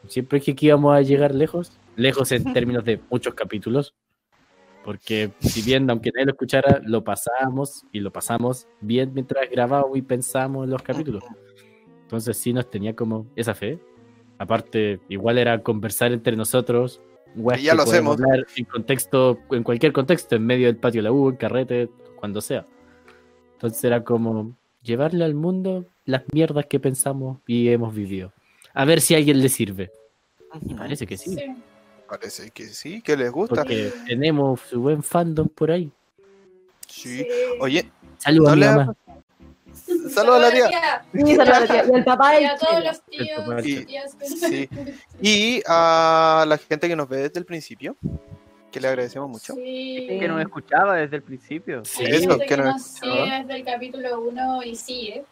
Speaker 3: siempre dije que íbamos a llegar lejos, lejos en términos de muchos capítulos, porque si bien, aunque nadie lo escuchara, lo pasábamos y lo pasamos bien mientras grabábamos y pensábamos en los capítulos. Entonces sí nos tenía como esa fe. Aparte, igual era conversar entre nosotros. weas
Speaker 4: Y ya
Speaker 3: que
Speaker 4: lo
Speaker 3: podemos
Speaker 4: hacemos.
Speaker 3: hablar en contexto, en cualquier contexto, en medio del patio de la U, en carrete, cuando sea. Entonces era como llevarle al mundo las mierdas que pensamos y hemos vivido. A ver si a alguien le sirve. Y parece que sí,
Speaker 5: Sí.
Speaker 4: Parece que sí, que les gusta.
Speaker 3: porque tenemos su buen fandom por ahí.
Speaker 4: Sí. Oye,
Speaker 3: Saludos
Speaker 4: No
Speaker 3: a mi
Speaker 4: le-
Speaker 3: mamá.
Speaker 4: saludos a la tía.
Speaker 2: Sí, saludos, tía. Y el papá
Speaker 5: Y
Speaker 2: del
Speaker 5: a todos
Speaker 2: Chelo.
Speaker 5: los tíos.
Speaker 3: papá del
Speaker 4: Chelo.
Speaker 5: tías que-
Speaker 4: Sí. Y a la gente que nos ve desde el principio, que le agradecemos mucho.
Speaker 5: Sí.
Speaker 2: Que no
Speaker 6: escuchaba desde el principio.
Speaker 3: Sí,
Speaker 5: Hay
Speaker 4: Eso,
Speaker 5: gente
Speaker 4: que
Speaker 5: que
Speaker 4: no
Speaker 5: nos
Speaker 4: escuchaba.
Speaker 5: sigue desde el capítulo 1 y sigue.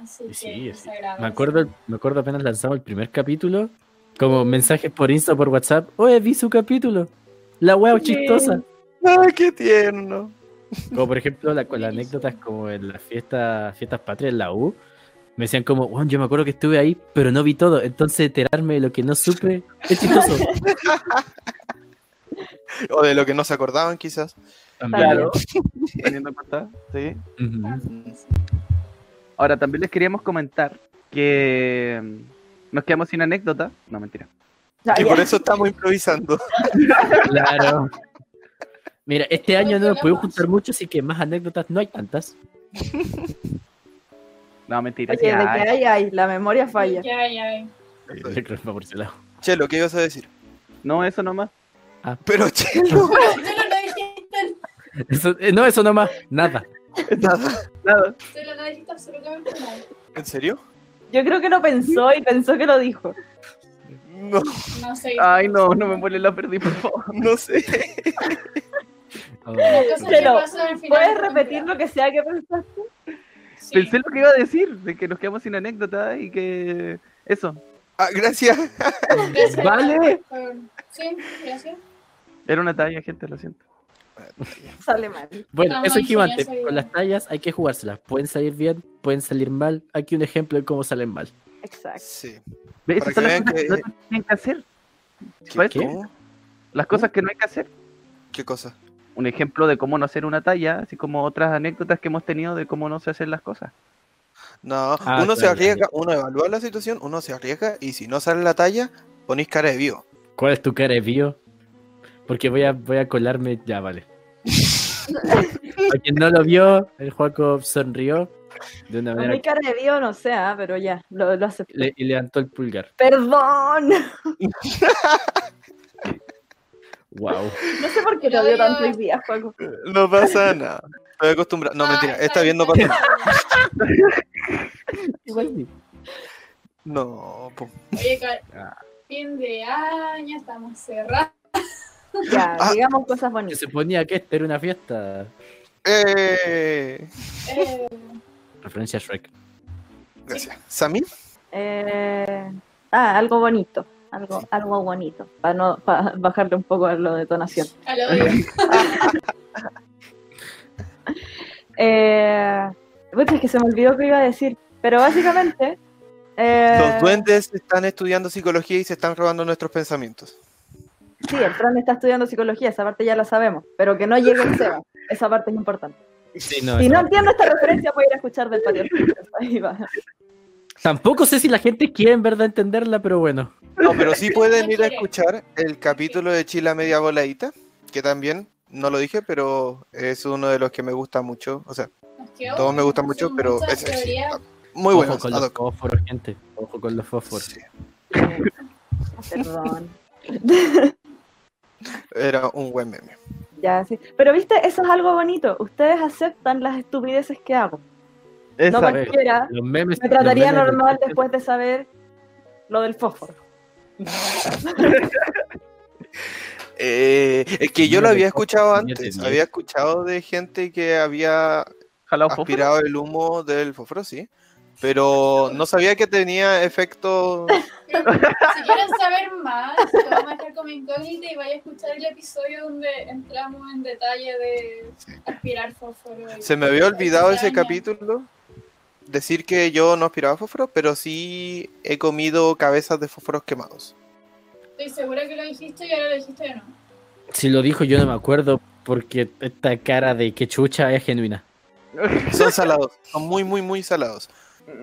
Speaker 5: Así
Speaker 3: Y
Speaker 5: que
Speaker 3: sigue,
Speaker 5: nos
Speaker 3: sigue.
Speaker 5: agradece.
Speaker 3: Me acuerdo, me acuerdo apenas lanzamos el primer capítulo, Como mensajes por Insta, por WhatsApp. Oye, vi su capítulo. La wea
Speaker 2: Sí.
Speaker 3: chistosa.
Speaker 4: Ay, qué tierno.
Speaker 3: Como por ejemplo, la, con las anécdotas como en las fiestas, fiestas patrias en la U. Me decían como, "Weón, yo me acuerdo que estuve ahí, pero no vi todo. Entonces enterarme de lo que no supe es chistoso.
Speaker 4: O de lo que no se acordaban, quizás.
Speaker 3: También.
Speaker 6: Claro. Teniendo en cuenta, sí.
Speaker 5: Ah,
Speaker 3: Ujú.
Speaker 6: Ahora, también les queríamos comentar que mm, nos quedamos sin anécdota. No, mentira.
Speaker 2: Ya,
Speaker 4: Y
Speaker 2: ya.
Speaker 4: por eso estamos improvisando.
Speaker 3: Claro. Mira, este año no nos
Speaker 5: tenemos.
Speaker 3: pudimos juntar mucho, así que más anécdotas no hay tantas.
Speaker 6: No, mentira. sí
Speaker 2: Oye, de que
Speaker 6: hay.
Speaker 2: hay, hay, la memoria falla.
Speaker 5: Ya, ya.
Speaker 3: Yo creo que va por ese lado.
Speaker 4: Che, lo que ibas a decir.
Speaker 6: No, eso nomás.
Speaker 4: Pero Chelo,
Speaker 5: Solo no dijiste,
Speaker 3: Eso- eh, no, eso nomás, nada.
Speaker 6: Nada.
Speaker 5: solo no dijiste absolutamente nada.
Speaker 4: ¿en serio?
Speaker 2: Yo creo que lo pensó y pensó que lo dijo.
Speaker 4: No,
Speaker 5: No sé.
Speaker 6: Ay, no, no me muele la perdí, por favor.
Speaker 4: no sé.
Speaker 3: Oh,
Speaker 5: Las cosas que
Speaker 2: Pero,
Speaker 5: pasan al final
Speaker 2: ¿Puedes
Speaker 5: de la
Speaker 2: repetir lo que sea que pensaste?
Speaker 5: temporada. Sí.
Speaker 6: Pensé lo que iba a decir, de que nos quedamos sin anécdota y que. Eso.
Speaker 4: Ah, gracias.
Speaker 5: Gracias,
Speaker 6: Vale.
Speaker 5: por- Sí, gracias.
Speaker 6: Era una talla, gente, lo siento.
Speaker 2: Sale mal.
Speaker 3: Bueno,
Speaker 5: Vamos
Speaker 3: eso
Speaker 5: a
Speaker 3: es gigante.
Speaker 5: enseñar esa
Speaker 3: Con
Speaker 5: idea.
Speaker 3: las tallas hay que jugárselas. Pueden salir bien, pueden salir mal. Aquí un ejemplo de cómo salen mal.
Speaker 2: Exacto.
Speaker 4: Sí.
Speaker 6: ¿Ves?
Speaker 4: Para
Speaker 6: Esas son
Speaker 4: que
Speaker 6: las
Speaker 4: vean
Speaker 6: cosas que
Speaker 4: que-
Speaker 6: no tienen que hacer.
Speaker 4: ¿Qué,
Speaker 6: ¿Sabes?
Speaker 4: cómo?
Speaker 6: Las cosas que no hay que hacer.
Speaker 4: ¿Qué cosa?
Speaker 6: Un ejemplo de cómo no hacer una talla, así como otras anécdotas que hemos tenido de cómo no se hacen las cosas.
Speaker 4: No,
Speaker 3: Ah,
Speaker 4: uno se
Speaker 3: claro,
Speaker 4: arriesga, uno evalúa la situación, uno se arriesga y si no sale la talla, ponís cara de vivo.
Speaker 3: ¿Cuál es tu cara de bio? Porque voy a, voy a colarme. Ya, vale. Para quien no lo vio, el Joaco sonrió de una
Speaker 2: Con
Speaker 3: manera
Speaker 2: mi cara de vivo no sé, ah, pero ya, lo, lo acepto.
Speaker 3: que le- y levantó el pulgar.
Speaker 2: ¡Perdón!
Speaker 3: Wow.
Speaker 2: No sé por qué lo
Speaker 5: Yo
Speaker 2: odio
Speaker 5: digo-
Speaker 2: tanto hoy día, Juaco.
Speaker 4: No pasa nada. Estoy acostumbrado. No,
Speaker 5: Ah,
Speaker 4: mentira, está
Speaker 5: bien,
Speaker 4: bien, no
Speaker 5: está
Speaker 4: pasa nada.
Speaker 5: bien.
Speaker 4: No, po.
Speaker 5: Oye, Car- fin de año, estamos cerrados.
Speaker 2: Ya,
Speaker 4: Ah.
Speaker 2: digamos cosas
Speaker 3: Se
Speaker 2: bonitas.
Speaker 3: suponía que esta era una fiesta.
Speaker 4: Eh,
Speaker 5: Eh,
Speaker 3: Referencia a Shrek.
Speaker 4: gracias. ¿Sami?
Speaker 2: Eh, ah, algo bonito. Algo, algo bonito. Para no pa bajarle un poco a lo de tonación.
Speaker 5: a lo de-
Speaker 2: Eh, pucha, es que se me olvidó que iba a decir. Pero básicamente. eh,
Speaker 4: Los duendes están estudiando psicología y se están robando nuestros pensamientos.
Speaker 2: Sí, el Fran está estudiando psicología, esa parte ya la sabemos. Pero que no llegue el Seba, esa parte es importante.
Speaker 3: Sí, no,
Speaker 2: Si
Speaker 3: esa-
Speaker 2: no entiendo esta referencia, voy a ir a escuchar del patio. Ahí va.
Speaker 3: Tampoco sé si la gente quiere en verdad entenderla, pero bueno.
Speaker 4: No, pero sí pueden ir a
Speaker 5: quiere.
Speaker 4: escuchar el capítulo de Chila Media Voladita, que también, no lo dije, pero es uno de los que me gusta mucho. O sea,
Speaker 5: nos quedó-
Speaker 4: todos me gustan mucho,
Speaker 5: son
Speaker 4: pero
Speaker 5: muchas
Speaker 4: ese sí,
Speaker 5: teorías.
Speaker 4: muy
Speaker 3: Ojo
Speaker 4: bueno.
Speaker 3: con los fósforos, gente. Ojo con los fósforos.
Speaker 2: Eh, Perdón.
Speaker 4: Era un buen meme.
Speaker 2: Ya, sí. Pero viste, eso es algo bonito. Ustedes aceptan las estupideces que hago. No
Speaker 6: Esa.
Speaker 3: vez.
Speaker 2: cualquiera.
Speaker 3: Los memes.
Speaker 2: Me trataría
Speaker 3: los memes de-
Speaker 2: normal después de saber lo del fósforo.
Speaker 4: Eh, es que yo lo
Speaker 3: Mira,
Speaker 4: había
Speaker 3: de
Speaker 4: escuchado
Speaker 3: Fox, yo
Speaker 4: antes,
Speaker 3: tenía.
Speaker 4: había escuchado de gente que había
Speaker 6: Jalao fósforo.
Speaker 4: aspirado el humo del fósforo, sí, pero no sabía que tenía efectos.
Speaker 5: Pero Si quieren saber más, lo vamos a dejar como incógnita y vaya a escuchar el episodio donde entramos en detalle de aspirar fósforo. y-
Speaker 4: Se me había olvidado ese
Speaker 5: Extraña.
Speaker 4: capítulo. Decir que yo no aspiraba fósforo, pero sí he comido cabezas de fósforos quemados.
Speaker 5: Estoy segura que lo dijiste y ahora lo dijiste de nuevo.
Speaker 3: Si lo dijo, yo no me acuerdo. Porque esta cara de que chucha es genuina.
Speaker 4: Son salados, son muy, muy, muy salados.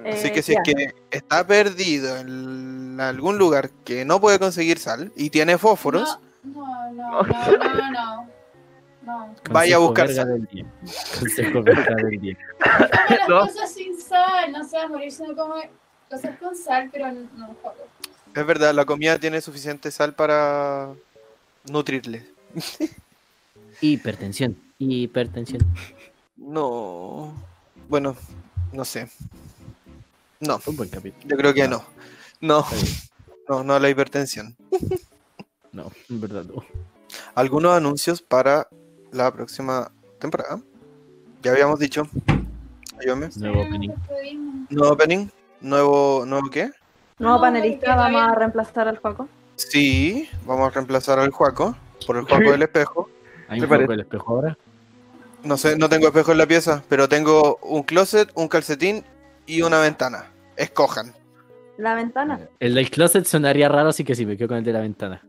Speaker 4: Así
Speaker 2: Eh,
Speaker 4: que si es
Speaker 2: ya.
Speaker 4: que está perdido en algún lugar que no puede conseguir sal y tiene fósforos,
Speaker 5: No, no, no, no, no. No.
Speaker 4: Vaya a
Speaker 3: Consejo
Speaker 4: buscar
Speaker 3: verga
Speaker 4: sal.
Speaker 3: del día. Consejo verga del día.
Speaker 5: Come las
Speaker 6: No.
Speaker 5: cosas sin sal, no seas morir, sino come cosas con sal, pero no, Joaco.
Speaker 4: Es verdad, la comida tiene suficiente sal para nutrirle.
Speaker 3: Hipertensión. Hipertensión.
Speaker 4: No. Bueno, no sé. No,
Speaker 3: Un buen capítulo.
Speaker 4: yo creo que no. No,
Speaker 3: Ah. Está bien.
Speaker 4: no, no a la hipertensión.
Speaker 3: No, en verdad no.
Speaker 4: Algunos anuncios para la próxima temporada. Ya habíamos dicho. Ayúdame.
Speaker 3: Nuevo opening.
Speaker 5: Despedimos.
Speaker 4: Nuevo opening. Nuevo. ¿Nuevo qué?
Speaker 2: Nuevo
Speaker 5: No,
Speaker 2: panelista,
Speaker 5: porque
Speaker 2: vamos a
Speaker 5: todavía-
Speaker 2: reemplazar al Juaco.
Speaker 4: Sí, vamos a reemplazar al Juaco por el Juaco del espejo.
Speaker 3: Hay
Speaker 4: ¿Te
Speaker 3: un poco
Speaker 4: parece?
Speaker 3: el espejo ahora.
Speaker 4: No sé, no tengo espejo en la pieza, pero tengo un closet, un calcetín y una ventana. Escojan.
Speaker 2: La
Speaker 4: Eh.
Speaker 2: ventana.
Speaker 3: El del closet sonaría raro, así que sí, me quedo con el de la ventana.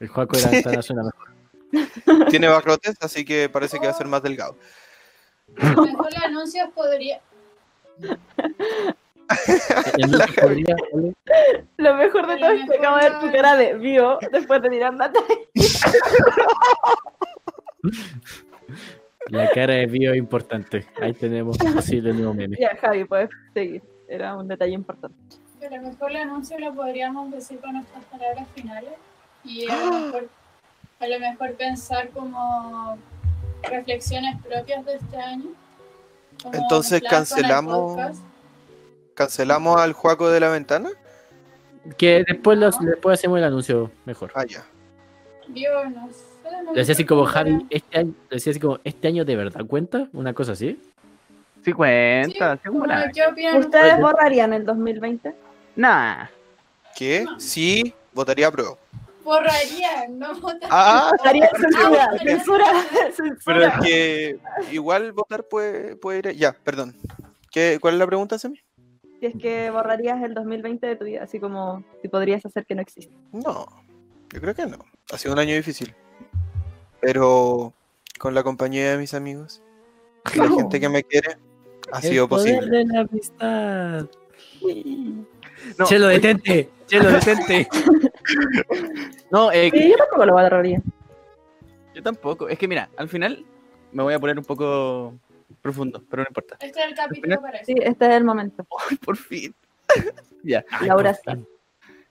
Speaker 3: El Juaco de la ventana suena mejor.
Speaker 4: Tiene barrotes, así que parece que va a ser más delgado.
Speaker 5: Mejor los anuncios podría.
Speaker 3: El Lucho podría- ¿vale?
Speaker 2: Lo mejor de todo es que acabo de ver tu cara de vivo después de tirar la talla.
Speaker 3: La cara de Bio es importante. Ahí tenemos posible nuevo meme.
Speaker 2: Ya, Javi, puedes seguir. Era un detalle importante.
Speaker 5: Pero mejor los anuncios lo podríamos decir con nuestras palabras finales. Y a lo mejor, a lo mejor pensar como reflexiones propias de este año. como
Speaker 4: Entonces,
Speaker 5: mezcladas con el
Speaker 4: cancelamos-
Speaker 5: podcast.
Speaker 4: ¿Cancelamos al Juaco de la ventana?
Speaker 3: Que después, los, después hacemos el anuncio mejor.
Speaker 4: Ah, ya.
Speaker 5: Digo, no sé. no
Speaker 3: Le decía así como Javi,
Speaker 5: sé.
Speaker 3: este año, le decía así como, ¿este año de verdad cuenta? Una cosa así.
Speaker 6: Sí cuenta, sí,
Speaker 5: Como,
Speaker 6: cuenta.
Speaker 5: ¿Qué opinan
Speaker 2: ¿Ustedes
Speaker 3: Oye.
Speaker 2: borrarían el 2020?
Speaker 6: Nah.
Speaker 4: ¿Qué? Sí, votaría a prueba.
Speaker 5: borraría, no votaría.
Speaker 4: Ah,
Speaker 2: Harían censura,
Speaker 5: borrarían.
Speaker 2: censura,
Speaker 4: pero es
Speaker 2: censura.
Speaker 4: que igual votar puede, puede ir. a- Ya, perdón. ¿Qué, ¿Cuál es la pregunta, Semi?
Speaker 2: Si es que borrarías el 2020 de tu vida, así como si podrías hacer que no existe.
Speaker 4: No, yo creo que no. Ha sido un año difícil. Pero con la compañía de mis amigos y la gente que me quiere, ha
Speaker 3: El
Speaker 4: sido
Speaker 3: poder
Speaker 4: posible.
Speaker 3: de la amistad.
Speaker 6: No,
Speaker 3: Chelo, detente. Chelo, detente.
Speaker 6: No, eh,
Speaker 2: Sí, yo tampoco lo borraría.
Speaker 6: yo tampoco. Es que mira, al final me voy a poner un poco profundo, pero no importa.
Speaker 5: Este es el capítulo para eso.
Speaker 2: Sí, este es el momento.
Speaker 6: Por fin.
Speaker 2: Laura
Speaker 3: por fin.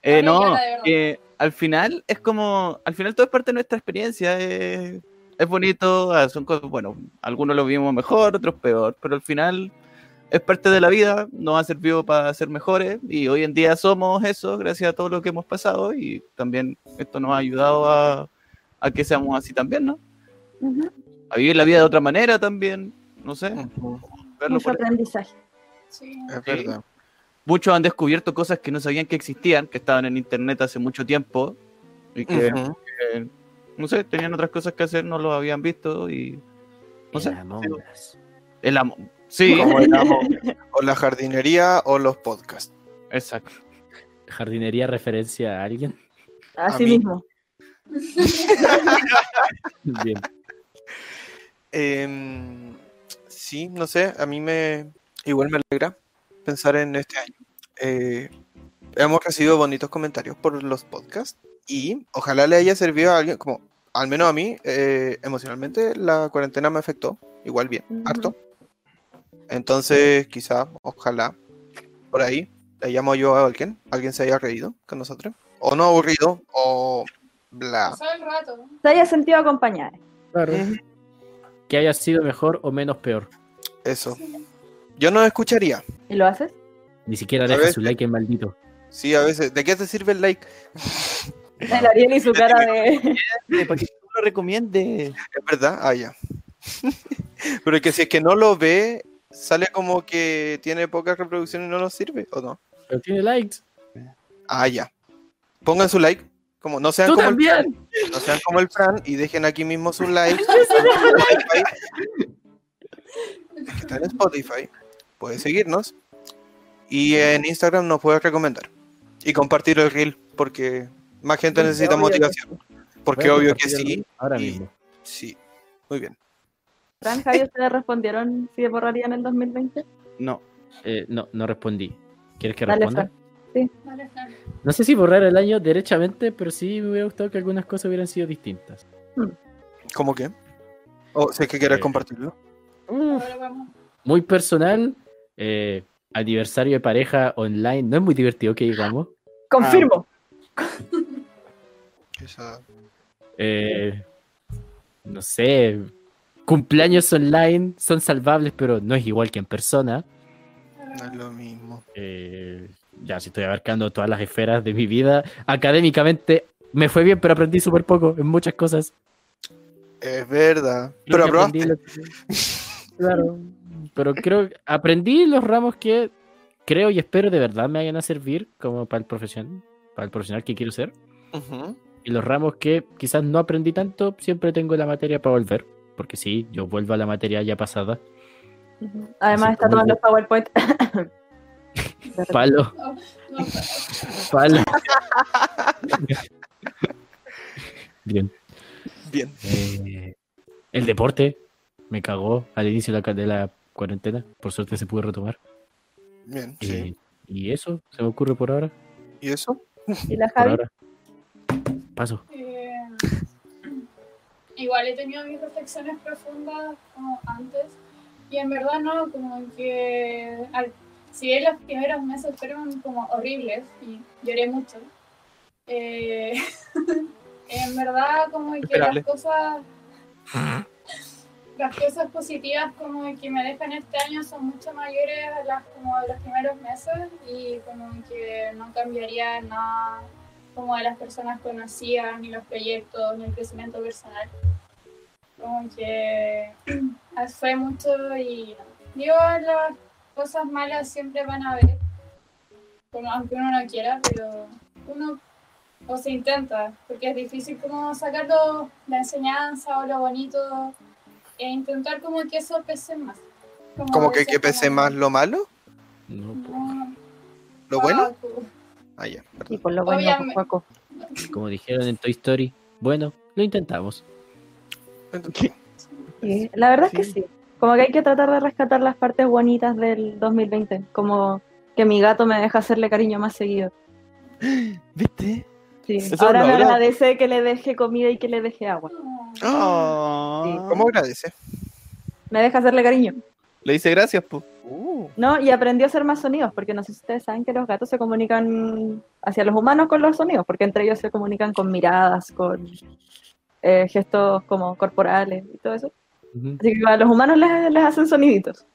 Speaker 6: Eh,
Speaker 5: Ay,
Speaker 6: no,
Speaker 5: ya, de verdad.
Speaker 6: que al final es como, al final todo es parte de nuestra experiencia. eh, es bonito, ah, son cosas, bueno, algunos lo vivimos mejor, otros peor, pero al final es parte de la vida, nos ha servido para ser mejores y hoy en día somos eso gracias a todo lo que hemos pasado y también esto nos ha ayudado a, a que seamos así también, ¿no?
Speaker 2: Ujú,
Speaker 6: A vivir la vida de otra manera también, no sé.
Speaker 4: Ujú,
Speaker 6: verlo
Speaker 2: Mucho
Speaker 6: por-
Speaker 2: aprendizaje.
Speaker 5: Sí.
Speaker 4: Es
Speaker 6: Sí.
Speaker 4: verdad.
Speaker 6: Muchos han descubierto cosas que no sabían que existían, que estaban en internet hace mucho tiempo y que
Speaker 4: Ujú.
Speaker 6: eh, no sé, tenían otras cosas que hacer, no lo habían visto y no sé,
Speaker 3: El Among Us.
Speaker 6: el amo. Sí,
Speaker 4: Como el amo, o la jardinería o los podcasts.
Speaker 6: exacto.
Speaker 3: Jardinería referencia a alguien.
Speaker 2: Así
Speaker 4: mí.
Speaker 2: mismo.
Speaker 3: Bien.
Speaker 4: Em, sí, no sé, a mí me igual me alegra pensar en este año. Eh, hemos recibido bonitos comentarios por los podcasts y ojalá le haya servido a alguien, como al menos a mí, eh, emocionalmente la cuarentena me afectó, igual bien,
Speaker 2: Ujú.
Speaker 4: harto. Entonces, quizá, ojalá, por ahí, le llamo yo a alguien, alguien se haya reído con nosotros, o no aburrido, o bla.
Speaker 5: Pasó el rato.
Speaker 2: Se haya sentido acompañada.
Speaker 3: Que haya sido mejor o menos peor.
Speaker 4: Eso. Yo no escucharía.
Speaker 2: ¿Y lo haces?
Speaker 3: Ni siquiera
Speaker 4: A
Speaker 3: deja
Speaker 4: ver.
Speaker 3: su like en maldito.
Speaker 4: Sí, a veces. ¿De qué te sirve el like?
Speaker 2: El Ariel y su cara de.
Speaker 6: Para que tú lo recomiendes.
Speaker 4: Es verdad. Ah, ya. Pero que si es que no lo ve, sale como que tiene pocas reproducciones y no nos sirve, ¿o no?
Speaker 3: Pero tiene likes.
Speaker 4: Ah, ya. Pongan su like. Como, no, sean
Speaker 3: ¡Tú
Speaker 4: como el,
Speaker 3: también!
Speaker 4: no sean como el Fran y dejen aquí mismo su like. Está en Spotify. Puedes seguirnos. Y en Instagram nos puedes recomendar. Y compartir el reel, porque más gente necesita
Speaker 2: Obvio que
Speaker 4: motivación. Porque
Speaker 3: Voy a
Speaker 4: obvio que
Speaker 3: compartir el
Speaker 4: sí.
Speaker 3: link Ahora
Speaker 4: y-
Speaker 3: mismo.
Speaker 4: Sí. Muy bien.
Speaker 2: Fran, Javi, ¿ustedes respondieron si borrarían el 2020?
Speaker 6: No.
Speaker 3: Eh, no, no respondí. ¿Quieres que
Speaker 2: Dale,
Speaker 3: responda?
Speaker 5: Dale, Fran.
Speaker 3: No sé si borrar el año derechamente, pero sí me hubiera gustado que algunas cosas hubieran sido distintas.
Speaker 4: ¿Cómo qué? O si es que quieres
Speaker 3: Eh,
Speaker 4: compartirlo.
Speaker 5: Ahora vamos.
Speaker 3: Muy personal. eh, aniversario de pareja online. No es muy divertido que digamos.
Speaker 2: Confirmo.
Speaker 4: Quizá-
Speaker 3: Eh, no sé. Cumpleaños online son salvables, pero no es igual que en persona.
Speaker 4: No es lo mismo.
Speaker 3: Eh, ya, si estoy abarcando todas las esferas de mi vida, académicamente me fue bien, pero aprendí súper poco en muchas cosas.
Speaker 4: Es verdad.
Speaker 3: Creo
Speaker 4: Pero
Speaker 3: que aprendí
Speaker 4: aprobaste.
Speaker 3: lo que- Claro, pero creo que aprendí los ramos que creo y espero de verdad me vayan a servir como para el profesional, para el profesional que quiero ser.
Speaker 4: Ujú.
Speaker 3: Y los ramos que quizás no aprendí tanto, siempre tengo la materia para volver. Porque sí, yo vuelvo a la materia ya pasada.
Speaker 2: Ujú. Además
Speaker 3: Así
Speaker 2: está
Speaker 3: como-
Speaker 2: tomando el PowerPoint.
Speaker 3: Palo,
Speaker 5: No, pues, pero-
Speaker 3: palo. Bien.
Speaker 4: Bien.
Speaker 3: Eh, el deporte me cagó al inicio de la, de la cuarentena. Por suerte se pudo retomar.
Speaker 4: Bien, sí.
Speaker 3: Eh, y eso se me ocurre por ahora.
Speaker 4: ¿Y eso?
Speaker 2: ¿Y la
Speaker 3: Por
Speaker 2: Javi?
Speaker 3: ahora. Paso.
Speaker 5: Eh, igual he tenido mis reflexiones profundas como antes y en verdad no, como que al- si bien los primeros meses fueron como horribles y lloré mucho, eh, en verdad como que
Speaker 4: Esperable.
Speaker 5: las cosas... Las cosas positivas como que me dejan este año son mucho mayores a las como de los primeros meses y como que no cambiaría nada como de las personas conocidas, ni los proyectos, ni el crecimiento personal. Como que fue mucho y digo, las cosas malas siempre van a haber, como aunque uno no quiera, pero uno o se intenta, porque es difícil como sacar lo- la enseñanza o lo bonito e intentar como que eso pese más.
Speaker 4: ¿Como que,
Speaker 5: decía,
Speaker 4: que pese
Speaker 5: como,
Speaker 4: más lo malo?
Speaker 3: No,
Speaker 5: no,
Speaker 4: ¿Lo bueno?
Speaker 5: Paco.
Speaker 4: Ah, ya,
Speaker 2: Y
Speaker 4: perdón.
Speaker 2: por lo bueno,
Speaker 5: Obviamente.
Speaker 2: pues, Juaco.
Speaker 3: como dijeron en Toy Story, bueno, lo intentamos.
Speaker 2: Sí, La verdad es que
Speaker 6: Sí.
Speaker 2: sí. Como que hay que tratar de rescatar las partes bonitas del 2020. Como que mi gato me deja hacerle cariño más seguido.
Speaker 6: ¿Viste?
Speaker 2: Sí.
Speaker 6: Eso
Speaker 2: Ahora
Speaker 6: lo
Speaker 2: me
Speaker 6: habrá-
Speaker 2: agradece que le deje comida y que le deje agua.
Speaker 6: Ah.
Speaker 4: ¿Cómo agradece?
Speaker 2: Me deja hacerle cariño.
Speaker 6: Le dice gracias, po.
Speaker 2: No, y aprendió a hacer más sonidos, porque no sé si ustedes saben que los gatos se comunican hacia los humanos con los sonidos, porque entre ellos se comunican con miradas, con eh, gestos como corporales y todo eso.
Speaker 3: Ujú.
Speaker 2: Así que a los humanos les, les hacen soniditos.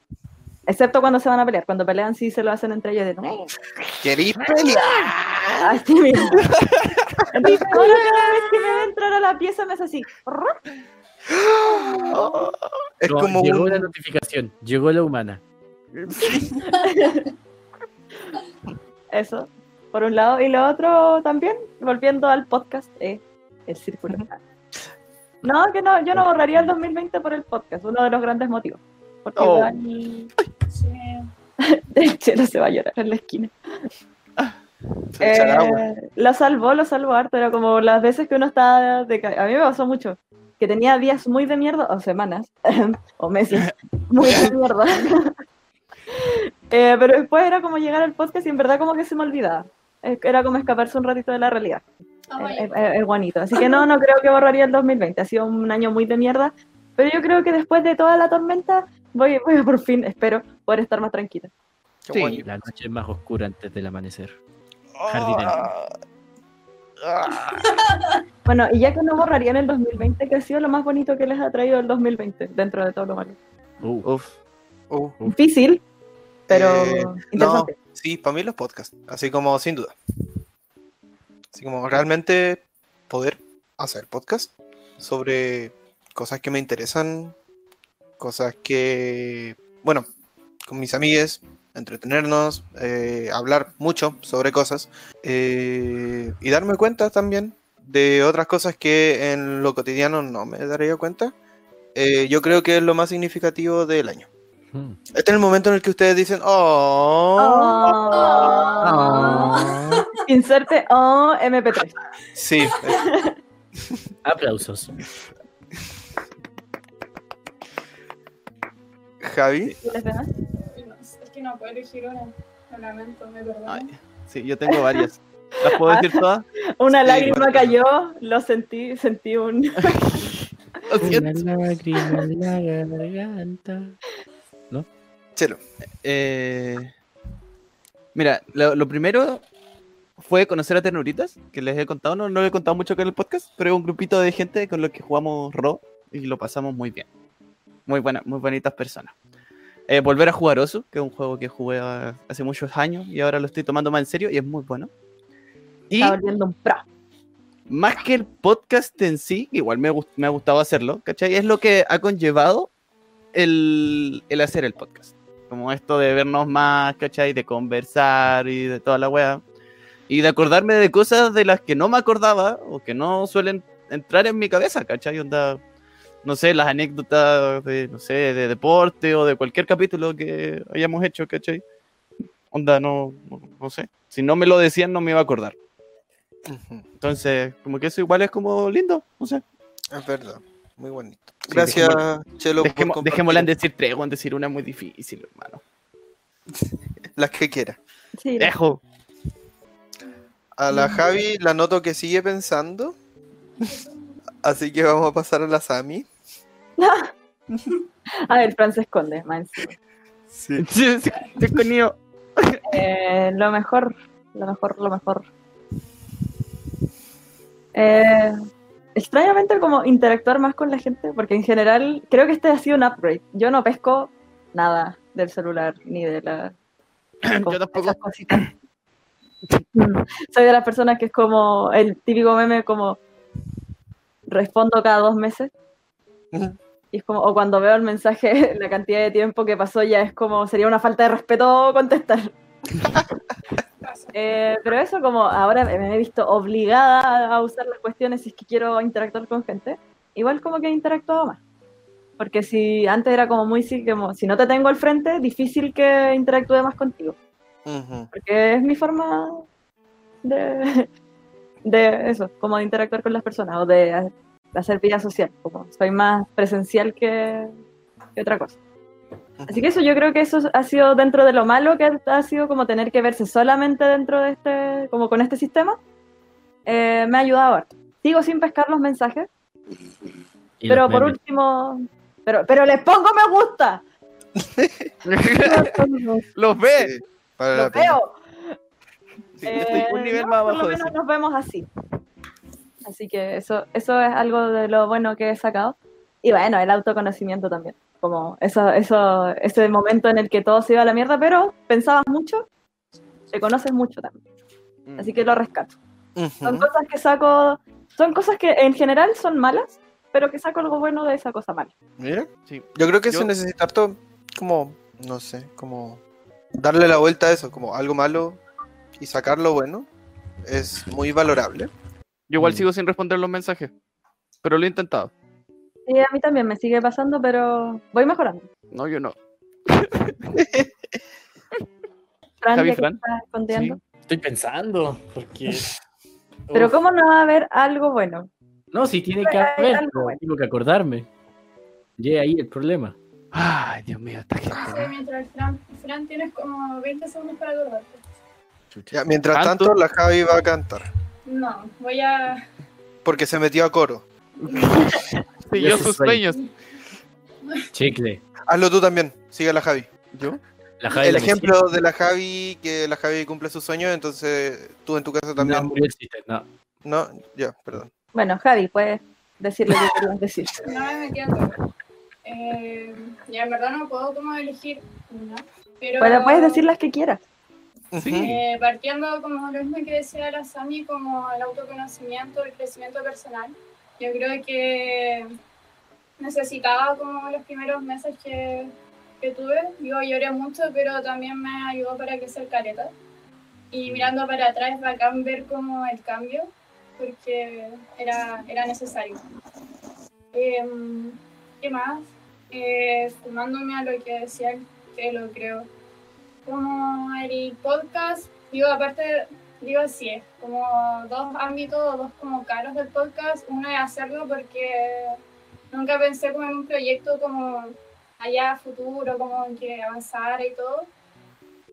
Speaker 2: Excepto cuando se van a pelear. Cuando pelean sí se lo hacen entre ellos. De,
Speaker 4: ¿Querís pelear?
Speaker 2: Ah, sí, mira. Entonces, todas las veces que me ve entrar a la pieza me hace así.
Speaker 4: Es
Speaker 3: No,
Speaker 4: como
Speaker 3: llegó la
Speaker 4: un...
Speaker 3: notificación, llegó la humana.
Speaker 2: Eso, por un lado. Y lo otro también, volviendo al podcast, es el círculo. No, que no, yo no borraría el 2020 por el podcast, uno de los grandes motivos. Porque
Speaker 6: Oh.
Speaker 2: Dani-
Speaker 5: Sí.
Speaker 2: el chelo se va a llorar en la esquina.
Speaker 4: Se echará agua.
Speaker 2: Eh, lo salvó, lo salvó harto. Era como las veces que uno estaba. De, ca- a mí me pasó mucho. Que tenía días muy de mierda, o semanas, o meses, muy de mierda. Eh, pero después era como llegar al podcast y en verdad como que se me olvidaba. Es- Era como escaparse un ratito de la realidad.
Speaker 5: Ah,
Speaker 2: Es, es- es bonito. Así que no, no creo que borraría el 2020. Ha sido un año muy de mierda. Pero yo creo que después de toda la tormenta, voy, voy a por fin, espero, poder estar más tranquila.
Speaker 4: Qué
Speaker 6: Sí.
Speaker 4: bonito.
Speaker 3: La noche más oscura antes del amanecer.
Speaker 4: Ah. Ah.
Speaker 2: Bueno, y ya que no borrarían el 2020, que ha sido lo más bonito que les ha traído el 2020 dentro de todo lo malo.
Speaker 3: Uh,
Speaker 6: Uf.
Speaker 4: Uh.
Speaker 2: Difícil, pero
Speaker 4: Eh, no,
Speaker 2: interesante.
Speaker 4: sí, para mí los podcasts, así como sin duda. Así como realmente poder hacer podcast sobre cosas que me interesan, cosas que, bueno, con mis amigues, entretenernos, eh, hablar mucho sobre cosas eh, y darme cuenta también de otras cosas que en lo cotidiano no me daría cuenta. Eh, yo creo que es lo más significativo del año.
Speaker 3: mm.
Speaker 4: Este es el momento en el que ustedes dicen, oh,
Speaker 2: Oh. Inserte oh, MP3.
Speaker 4: sí, eh,
Speaker 3: Aplausos.
Speaker 4: Javi,
Speaker 2: ¿Y las demás?
Speaker 5: no, es que no puedo elegir una. Lo lamento, me perdono.
Speaker 6: Ay, sí, yo tengo varias. ¿Las puedo decir todas?
Speaker 2: Una
Speaker 4: Sí,
Speaker 2: lágrima
Speaker 4: bueno.
Speaker 2: cayó, lo sentí, sentí un...
Speaker 6: Lo siento.
Speaker 3: lágrima en la garganta.
Speaker 4: chelo.
Speaker 6: Eh, mira, lo, lo primero fue conocer a Ternuritas, que les he contado, no, no lo he contado mucho acá en el podcast, pero es un grupito de gente con los que jugamos Ro y lo pasamos muy bien. Muy buenas, muy bonitas personas. Eh, volver a jugar Osu, que es un juego que jugué ah, hace muchos años y ahora lo estoy tomando más en serio y es muy bueno. Y
Speaker 2: Estaba volviendo un pro.
Speaker 6: más que el podcast en sí, que igual me, gust- me ha gustado hacerlo, ¿cachai? Es lo que ha conllevado el, el hacer el podcast. Como esto de vernos más, ¿cachai? De conversar y de toda la wea. Y de acordarme de cosas de las que no me acordaba o que no suelen entrar en mi cabeza, ¿cachai? Onda, no sé, las anécdotas de, no sé, de deporte o de cualquier capítulo que hayamos hecho, ¿cachai? Onda, no, no, no sé. Si no me lo decían, no me iba a acordar.
Speaker 4: Ujú.
Speaker 6: Entonces, como que eso igual es como lindo, no sé.
Speaker 4: Es verdad. Muy bonito.
Speaker 6: Sí,
Speaker 4: Gracias, Chelo. por
Speaker 6: Dejemo-
Speaker 4: compartir
Speaker 6: dejémosla en decir tres o en decir una es muy difícil, hermano.
Speaker 4: Las que quiera.
Speaker 2: Sí,
Speaker 4: Eh.
Speaker 6: Dejo.
Speaker 4: A la Javi la noto que sigue pensando. Así que vamos a pasar a la Sami.
Speaker 2: a ver, Fran se esconde, más encima.
Speaker 4: Sí.
Speaker 6: Desconio.
Speaker 2: Eh, lo mejor, lo mejor, lo mejor. Eh, extrañamente como interactuar más con la gente, porque en general creo que este ha sido un upgrade. Yo no pesco nada del celular ni de la...
Speaker 6: Yo tampoco.
Speaker 2: esas cositas. Mm, Soy de las personas que es como el típico meme como respondo cada dos meses. Y es como, o cuando veo el mensaje, la cantidad de tiempo que pasó ya es como, sería una falta de respeto contestar. Eh, pero eso como ahora me he visto obligada a usar las cuestiones si es que quiero interactuar con gente, igual como que he interactuado más. Porque si antes era como muy, sí, como, si no te tengo al frente, difícil que interactúe más contigo.
Speaker 4: Ujú.
Speaker 2: Porque es mi forma de, de eso, como de interactuar con las personas o de, ha- de hacer vida social. Como soy más presencial que, que otra cosa. Así que eso, yo creo que eso ha sido dentro de lo malo que ha sido como tener que verse solamente dentro de este, como con este sistema, eh, me ha ayudado harto. Sigo sin pescar los mensajes,
Speaker 3: Y
Speaker 2: pero
Speaker 3: los
Speaker 2: por
Speaker 3: memes.
Speaker 2: último, pero, pero les pongo me gusta.
Speaker 6: Los ve.
Speaker 4: Sí, vale la
Speaker 2: Los
Speaker 4: pena.
Speaker 2: veo.
Speaker 6: Sí, yo estoy un
Speaker 2: Eh,
Speaker 6: nivel más
Speaker 2: por
Speaker 6: abajo
Speaker 2: lo
Speaker 6: de
Speaker 2: menos
Speaker 6: eso.
Speaker 2: nos vemos así. Así que eso, eso es algo de lo bueno que he sacado. Y bueno, el autoconocimiento también. Como eso, eso, ese momento en el que todo se iba a la mierda, pero pensabas mucho, te conoces mucho también.
Speaker 6: Mm.
Speaker 2: Así que lo rescato.
Speaker 4: Ujú.
Speaker 2: Son cosas que saco, son cosas que en general son malas, pero que saco algo bueno de esa cosa mala.
Speaker 4: Mira.
Speaker 6: Sí.
Speaker 4: Yo creo que eso
Speaker 6: Yo-
Speaker 4: necesita harto, como, no sé, como darle la vuelta a eso, como algo malo y sacar lo bueno. Es muy valorable.
Speaker 6: Yo igual
Speaker 3: Mm.
Speaker 6: sigo sin responder los mensajes. Pero lo he intentado.
Speaker 2: Y a mí también me sigue pasando, pero voy mejorando.
Speaker 6: No, yo no.
Speaker 2: Fran,
Speaker 6: Javi,
Speaker 2: ya que
Speaker 6: Fran.
Speaker 2: está escondiendo.
Speaker 3: Estoy pensando, porque.
Speaker 2: Pero
Speaker 3: Uf.
Speaker 2: ¿cómo no va a haber algo bueno?
Speaker 3: No, si tiene que
Speaker 2: Hay
Speaker 3: haber,
Speaker 2: algo
Speaker 3: pero
Speaker 2: bueno.
Speaker 3: tengo que acordarme. Y ahí el problema.
Speaker 6: Ay, Dios mío, esta gente.
Speaker 5: No sé, mientras Fran, Fran tienes como 20 segundos para acordarte.
Speaker 4: Ya, mientras
Speaker 6: Tanto-
Speaker 4: tanto, la Javi va a cantar.
Speaker 5: No, voy a.
Speaker 4: Porque se metió a coro.
Speaker 6: Sí,
Speaker 3: Ya
Speaker 6: yo
Speaker 3: se
Speaker 6: sus
Speaker 3: soy.
Speaker 6: sueños.
Speaker 3: Chicle.
Speaker 4: Hazlo tú también. Sigue a la Javi.
Speaker 6: ¿Yo?
Speaker 3: La Javi
Speaker 4: El
Speaker 3: la
Speaker 4: ejemplo de la Javi, que la Javi cumple sus sueños, entonces tú en tu casa
Speaker 3: Messi. No,
Speaker 4: también.
Speaker 3: murió el chiste, no.
Speaker 4: No, ya, perdón.
Speaker 2: Bueno, Javi, puedes decir lo que querías decir.
Speaker 5: No me metí a todo. Eh, ya en verdad no puedo como elegir una. Pero
Speaker 2: Bueno, puedes decir las que quieras.
Speaker 4: Ujú.
Speaker 5: Eh, partiendo como lo mismo que decía la Sami, como el autoconocimiento, el crecimiento personal, yo creo que necesitaba como los primeros meses que, que tuve, yo lloré mucho, pero también me ayudó para crecer careta. Y mirando para atrás es bacán ver como el cambio, porque era, era necesario. Em, ¿Qué más? Eh, sumándome a lo que decía, que lo creo como el podcast, digo, aparte, digo así es, como dos ámbitos, o dos como caros del podcast, uno es hacerlo porque nunca pensé como en un proyecto como allá a futuro, como que avanzara y todo,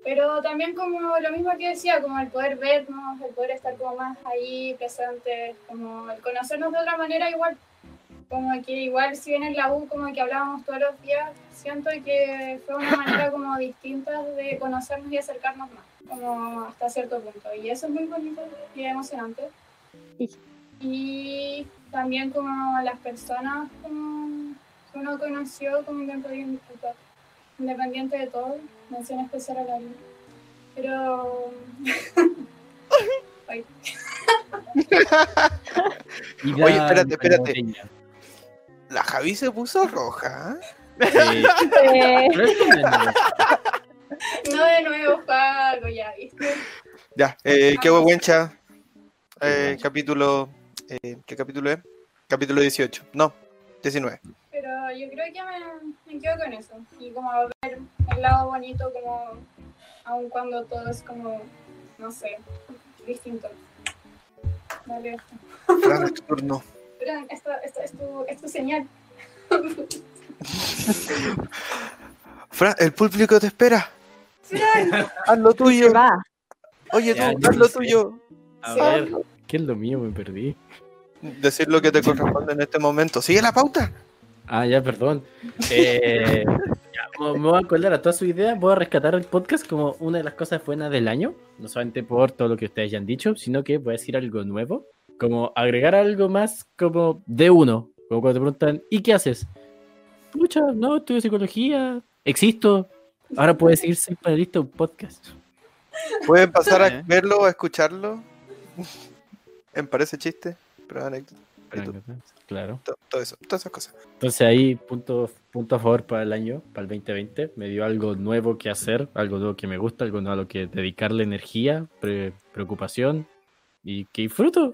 Speaker 5: pero también como lo mismo que decía, como el poder vernos, el poder estar como más ahí presentes, como el conocernos de otra manera igual, como que igual si bien en la U como que hablábamos todos los días, siento que fue una manera como distinta de conocernos y acercarnos más, como hasta cierto punto. Y eso es muy bonito y emocionante. Y también como las personas como que uno conoció como independiente, independiente de todo, mención especial a la luna. Pero
Speaker 3: Y
Speaker 4: Oye,
Speaker 3: la-
Speaker 4: espérate,
Speaker 3: la
Speaker 4: espérate.
Speaker 3: botella.
Speaker 4: La Javi se puso roja. ¿eh?
Speaker 3: Sí.
Speaker 2: Eh,
Speaker 3: Pero eso no es nada.
Speaker 5: No de nuevo, Paco, ya viste.
Speaker 4: Ya, eh, qué huehuencha. Eh, capítulo. eh, ¿Qué capítulo es? Capítulo 18. No, 19.
Speaker 5: Pero yo creo que me, me quedo con eso. Y como ver el lado bonito, como aun cuando todo es como, no sé, distinto. Dale esto.
Speaker 4: Fran, es tu turno.
Speaker 5: Fran, esta, esta es, tu, es tu señal.
Speaker 4: Fran, el público te espera.
Speaker 5: Fran,
Speaker 4: Haz lo tuyo.
Speaker 2: Se va.
Speaker 4: Oye, tú,
Speaker 3: Ya,
Speaker 4: haz lo
Speaker 3: sí.
Speaker 4: tuyo.
Speaker 3: A
Speaker 5: Sí.
Speaker 3: ver, ¿qué es lo mío? Me perdí.
Speaker 4: Decir lo que te corresponde en este momento. Sigue la pauta.
Speaker 3: Ah, ya, perdón. Eh, ya, me, me voy a acordar a todas sus ideas. Voy a rescatar el podcast como una de las cosas buenas del año. No solamente por todo lo que ustedes ya han dicho, sino que voy a decir algo nuevo. Como agregar algo más como de uno. Como cuando te preguntan, ¿y qué haces? Pucha, no, estudio psicología, existo. Ahora puedes seguir siendo panelista de un podcast.
Speaker 4: Pueden pasar a
Speaker 6: Eh.
Speaker 4: verlo o a escucharlo. Me parece chiste, pero anécdota. y to-
Speaker 3: Claro.
Speaker 4: to- todo eso, todas esas cosas.
Speaker 3: Entonces ahí, punto, punto a favor para el año, para el 2020. Me dio algo nuevo que hacer, algo nuevo que me gusta, algo nuevo a lo que dedicarle energía, pre- preocupación y que disfruto.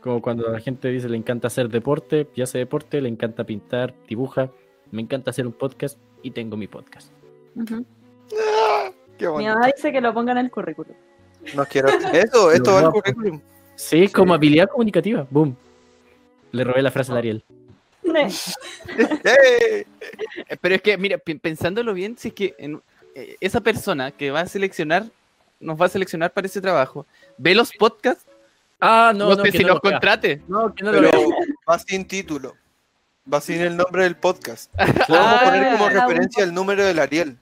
Speaker 3: Como cuando la gente dice le encanta hacer deporte, y hace deporte, le encanta pintar, dibuja, me encanta hacer un podcast y tengo mi podcast.
Speaker 2: Ujú.
Speaker 4: Qué
Speaker 2: Mi
Speaker 4: bueno.
Speaker 2: mamá dice que lo ponga en el currículum.
Speaker 4: No quiero. Eso, esto va al
Speaker 3: guapo.
Speaker 4: currículum.
Speaker 3: Sí, como habilidad comunicativa, boom. Le robé la frase a Ariel.
Speaker 4: ¡Eh!
Speaker 6: Eh, Pero es que, mira, pi- pensándolo bien, si es que en- eh, esa persona que va a seleccionar, nos va a seleccionar para ese trabajo, ve los podcasts,
Speaker 3: Ah,
Speaker 6: no, sé si nos contrate.
Speaker 3: No, que no lo
Speaker 4: Pero
Speaker 3: vea.
Speaker 4: va sin título. Va sin el nombre del podcast. Vamos
Speaker 6: Ah,
Speaker 4: a poner como
Speaker 2: era un
Speaker 4: referencia el número del Ariel.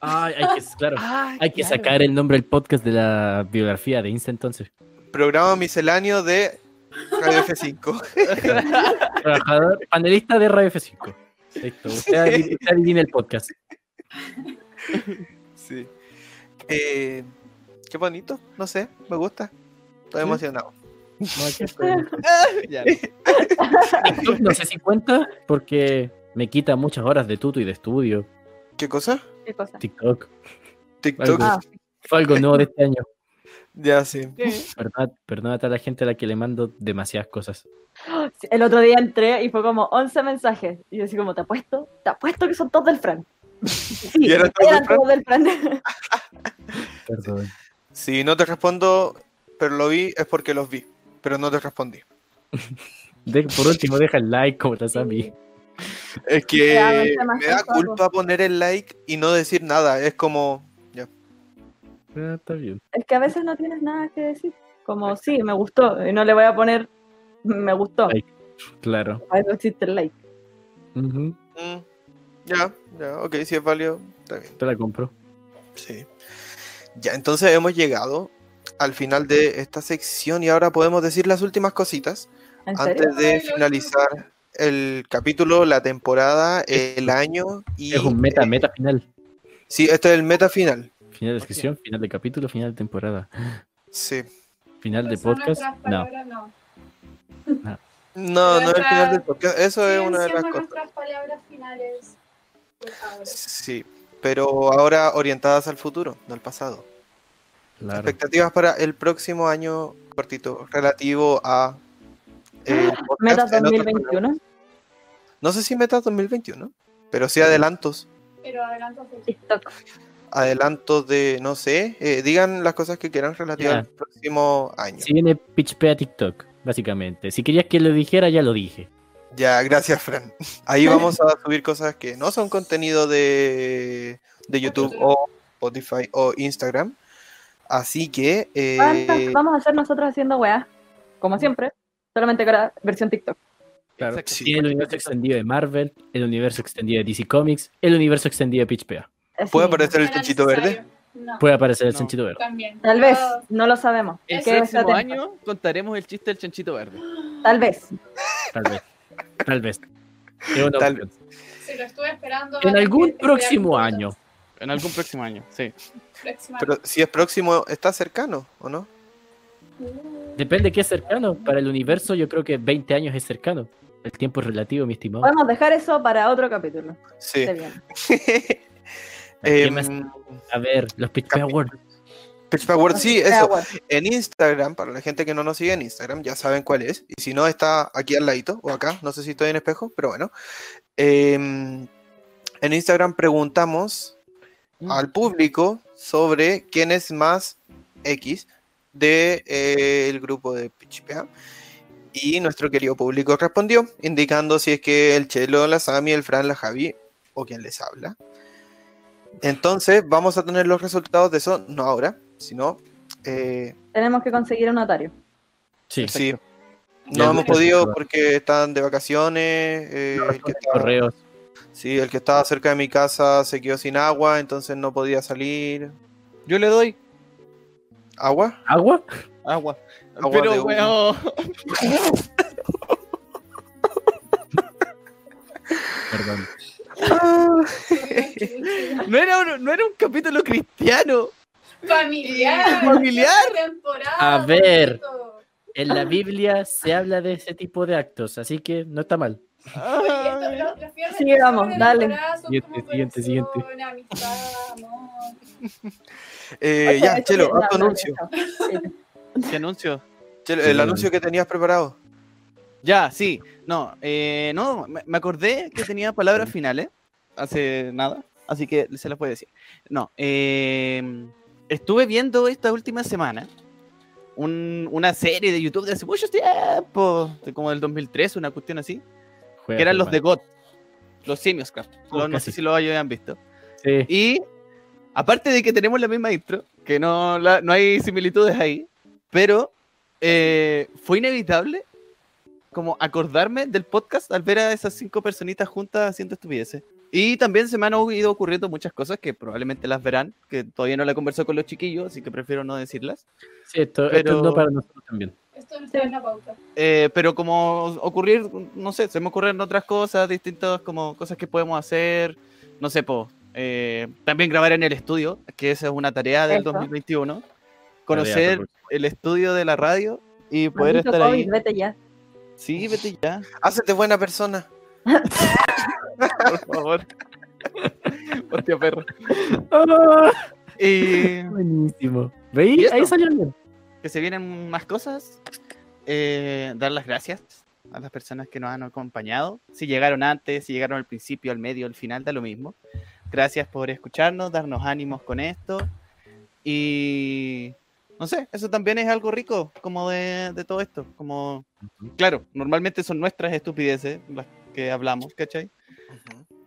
Speaker 3: Ay, hay que, claro,
Speaker 6: ah,
Speaker 3: hay que
Speaker 6: claro.
Speaker 3: sacar el nombre del podcast de la biografía de Insta entonces.
Speaker 4: Programa misceláneo de Radio F5.
Speaker 3: Trabajador, panelista de Radio F5. Listo, usted, adivina- usted adivina el podcast.
Speaker 4: Sí. Eh, qué bonito, no sé, me gusta. Estoy emocionado.
Speaker 6: Ya.
Speaker 3: TikTok no sé si cuenta porque me quita muchas horas de tuto y de estudio.
Speaker 4: ¿Qué cosa?
Speaker 2: ¿Qué cosa?
Speaker 3: TikTok
Speaker 4: TikTok.
Speaker 3: Algo.
Speaker 2: Ah,
Speaker 3: fue algo nuevo de este año.
Speaker 4: Ya, sí.
Speaker 3: Perdón, perdón a toda la gente a la que le mando demasiadas cosas.
Speaker 2: sí, el otro día entré y fue como 11 mensajes. Y yo así como, ¿te apuesto? ¿Te apuesto que son todos del Fran? Sí,
Speaker 4: ¿Y eran todos del Fran?
Speaker 2: todos del Fran.
Speaker 3: Perdón.
Speaker 4: Si no te respondo, pero lo vi, es porque los vi. Pero no te respondí.
Speaker 3: De- por último, deja el like como la Sami.
Speaker 4: Es
Speaker 2: Te hago
Speaker 4: que
Speaker 2: este más
Speaker 4: me da
Speaker 2: caso, algo.
Speaker 4: culpa poner el like y no decir nada. Es como,
Speaker 3: Ah, está bien.
Speaker 2: Es que a veces no tienes nada que decir. Como, sí, me gustó. Y no le voy a poner, me gustó.
Speaker 3: Like. Claro.
Speaker 2: A ver, existe el like.
Speaker 3: Ujú,
Speaker 4: mm, ya, ya, ok, si es válido, está bien.
Speaker 3: Te la compro.
Speaker 4: Sí. Ya, entonces hemos llegado al final de esta sección y ahora podemos decir las últimas cositas
Speaker 2: ¿En serio?
Speaker 4: antes de
Speaker 5: Ay, lo
Speaker 4: finalizar el capítulo, la temporada, el año y...
Speaker 3: Es un meta,
Speaker 4: eh,
Speaker 3: meta final.
Speaker 4: Sí, este es el meta final.
Speaker 3: Final de descripción, final de capítulo, final de temporada.
Speaker 4: Sí.
Speaker 3: Final de
Speaker 5: Son
Speaker 3: podcast.
Speaker 5: nuestras
Speaker 3: No.
Speaker 5: palabras, no.
Speaker 4: No,
Speaker 5: Pero
Speaker 4: no es el
Speaker 5: esa-
Speaker 4: final del podcast. Eso es
Speaker 5: Siguen
Speaker 4: una de
Speaker 5: siendo
Speaker 4: las cosas.
Speaker 5: nuestras palabras finales. por favor.
Speaker 4: Sí, pero ahora orientadas al futuro, no al pasado.
Speaker 3: Claro.
Speaker 4: Expectativas para el próximo año cortito, relativo a... eh, el podcast
Speaker 2: Ah, Metas
Speaker 4: en otro programa.
Speaker 2: 2021.
Speaker 4: No sé si metas 2021, pero sí adelantos.
Speaker 5: Pero adelanto a futuro.
Speaker 2: TikTok.
Speaker 4: Adelantos de, no sé, eh, digan las cosas que quieran relativas
Speaker 3: Ya.
Speaker 4: al próximo año.
Speaker 3: Si viene Pitchpea TikTok, básicamente. Si querías que lo dijera, ya lo dije.
Speaker 4: Ya, gracias, Fran. Ahí vamos a subir cosas que no son contenido de, de YouTube o Spotify o Instagram. Así que, eh,
Speaker 2: ¿Cuántas vamos a hacer nosotros haciendo weá? Como siempre. Solamente que ahora versión TikTok.
Speaker 3: Claro.
Speaker 6: Exacto.
Speaker 4: Sí.
Speaker 3: Tiene el universo extendido de Marvel, el universo extendido de DC Comics, el universo extendido de Pitchpea.
Speaker 2: Así.
Speaker 4: ¿puede aparecer el
Speaker 5: ¿Era
Speaker 4: chanchito
Speaker 5: necesario?
Speaker 4: verde?
Speaker 5: No,
Speaker 3: Puede aparecer el
Speaker 6: No.
Speaker 3: chanchito verde.
Speaker 5: también.
Speaker 2: Tal vez,
Speaker 5: Pero-
Speaker 2: no lo sabemos.
Speaker 6: Ah. El
Speaker 2: Que está
Speaker 6: próximo
Speaker 2: atento.
Speaker 6: año contaremos el chiste del chanchito verde.
Speaker 2: Tal vez.
Speaker 3: Tal vez. Tal vez. Es una
Speaker 4: Tal
Speaker 3: opción.
Speaker 5: Sí, lo estuve esperando.
Speaker 3: En
Speaker 5: vale,
Speaker 3: algún
Speaker 5: que-
Speaker 3: próximo
Speaker 5: esperar un
Speaker 3: año.
Speaker 6: En algún próximo año, sí.
Speaker 5: poquito. Próximo
Speaker 4: Pero si es próximo, ¿está cercano o no?
Speaker 5: año.
Speaker 3: Depende qué es cercano. Para el universo, yo creo que 20 años es cercano. El tiempo es relativo, mi estimado.
Speaker 2: Podemos dejar eso para otro capítulo.
Speaker 4: Sí.
Speaker 2: Está bien.
Speaker 3: ¿Qué
Speaker 4: Em,
Speaker 3: más? A ver, los Pitch Awards.
Speaker 4: Pitch Power, sí,
Speaker 2: Así que ah,
Speaker 4: eso.
Speaker 2: agua.
Speaker 4: En Instagram, para la gente que no nos sigue en Instagram, ya saben cuál es. Y si no, está aquí al ladito o acá. No sé si estoy en espejo, pero bueno. Em, en Instagram preguntamos al público sobre quién es más X del de, eh, el grupo de Pichipea. Y nuestro querido público respondió, indicando si es que el Chelo, la Sami, el Fran, la Javi o quien les habla. Entonces, vamos a tener los resultados de eso, no ahora, sino eh,
Speaker 2: Tenemos que conseguir un notario.
Speaker 3: Sí,
Speaker 4: Sí.
Speaker 3: Ya
Speaker 4: No hemos
Speaker 3: está.
Speaker 4: podido porque están de vacaciones. eh, el que estaba-
Speaker 3: correos.
Speaker 4: sí, el que estaba cerca de mi casa se quedó sin agua, entonces no podía salir.
Speaker 6: Yo le doy
Speaker 4: ¿Agua?
Speaker 3: ¿Agua?
Speaker 6: agua.
Speaker 4: Agua de uva.
Speaker 6: Pero, weón.
Speaker 3: Perdón.
Speaker 6: No era, un, no era un capítulo cristiano.
Speaker 5: Familiar.
Speaker 6: Familiar.
Speaker 5: Temporada,
Speaker 3: A ver.
Speaker 5: bonito.
Speaker 3: En la Biblia se habla de ese tipo de actos, así que no está mal.
Speaker 5: Oye, esto- los- los cierres
Speaker 2: Sí,
Speaker 5: de
Speaker 2: vamos,
Speaker 5: temporada
Speaker 2: dale.
Speaker 5: son
Speaker 3: Siguiente,
Speaker 5: como
Speaker 3: siguiente, siguiente.
Speaker 5: conexión, amistad, amor.
Speaker 4: Eh,
Speaker 2: Oye,
Speaker 4: ya,
Speaker 2: eso
Speaker 4: Chelo,
Speaker 2: que-
Speaker 4: haz tu
Speaker 2: no, no,
Speaker 4: anuncio.
Speaker 2: eso. Sí.
Speaker 6: ¿Qué anuncio?
Speaker 4: Chelo,
Speaker 3: Sí,
Speaker 4: el
Speaker 3: no,
Speaker 4: anuncio
Speaker 3: no.
Speaker 4: que tenías preparado.
Speaker 6: Ya, sí. No, eh, no, me me acordé que tenía palabras finales hace nada, así que se las puedo decir. No, eh, estuve viendo esta última semana un- una serie de YouTube de hace mucho tiempo, de como del 2003, una cuestión así, que eran los de God, los simios, claro.
Speaker 3: Oh,
Speaker 6: Los- no
Speaker 3: casi.
Speaker 6: sé si lo hayan visto.
Speaker 3: Sí.
Speaker 6: Y aparte de que tenemos la misma intro, que no, la- no hay similitudes ahí, pero eh, fue inevitable como acordarme del podcast al ver a esas cinco personitas juntas haciendo estupideces. Y también se me han ido ocurriendo muchas cosas que probablemente las verán, que todavía no la conversó con los chiquillos, así que prefiero no decirlas.
Speaker 3: Sí, esto,
Speaker 6: Pero-
Speaker 3: esto es no para nosotros también.
Speaker 5: Esto no está en la pauta.
Speaker 6: Eh, pero como ocurrir, no sé, se me ocurren otras cosas distintas, como cosas que podemos hacer, no sé, po, eh, también grabar en el estudio, que esa es una tarea del
Speaker 2: Eso.
Speaker 6: 2021, conocer el estudio de la radio y poder
Speaker 2: Maldito
Speaker 6: estar
Speaker 2: COVID,
Speaker 6: ahí.
Speaker 2: Vete ya.
Speaker 6: Sí, vete ya,
Speaker 4: Hácete buena persona.
Speaker 6: por favor. Hostia, perro.
Speaker 3: ¡Ah!
Speaker 6: Y
Speaker 3: Buenísimo.
Speaker 6: ¿Y
Speaker 3: ¿Veis?
Speaker 6: esto?
Speaker 3: Ahí salió bien.
Speaker 6: que se vienen más cosas. eh, dar las gracias a las personas que nos han acompañado. Si llegaron antes, si llegaron al principio, al medio, al final, da lo mismo. Gracias por escucharnos, darnos ánimos con esto. Y no sé, eso también es algo rico como de, de todo esto. Como, claro, normalmente son nuestras estupideces las que hablamos, ¿cachai?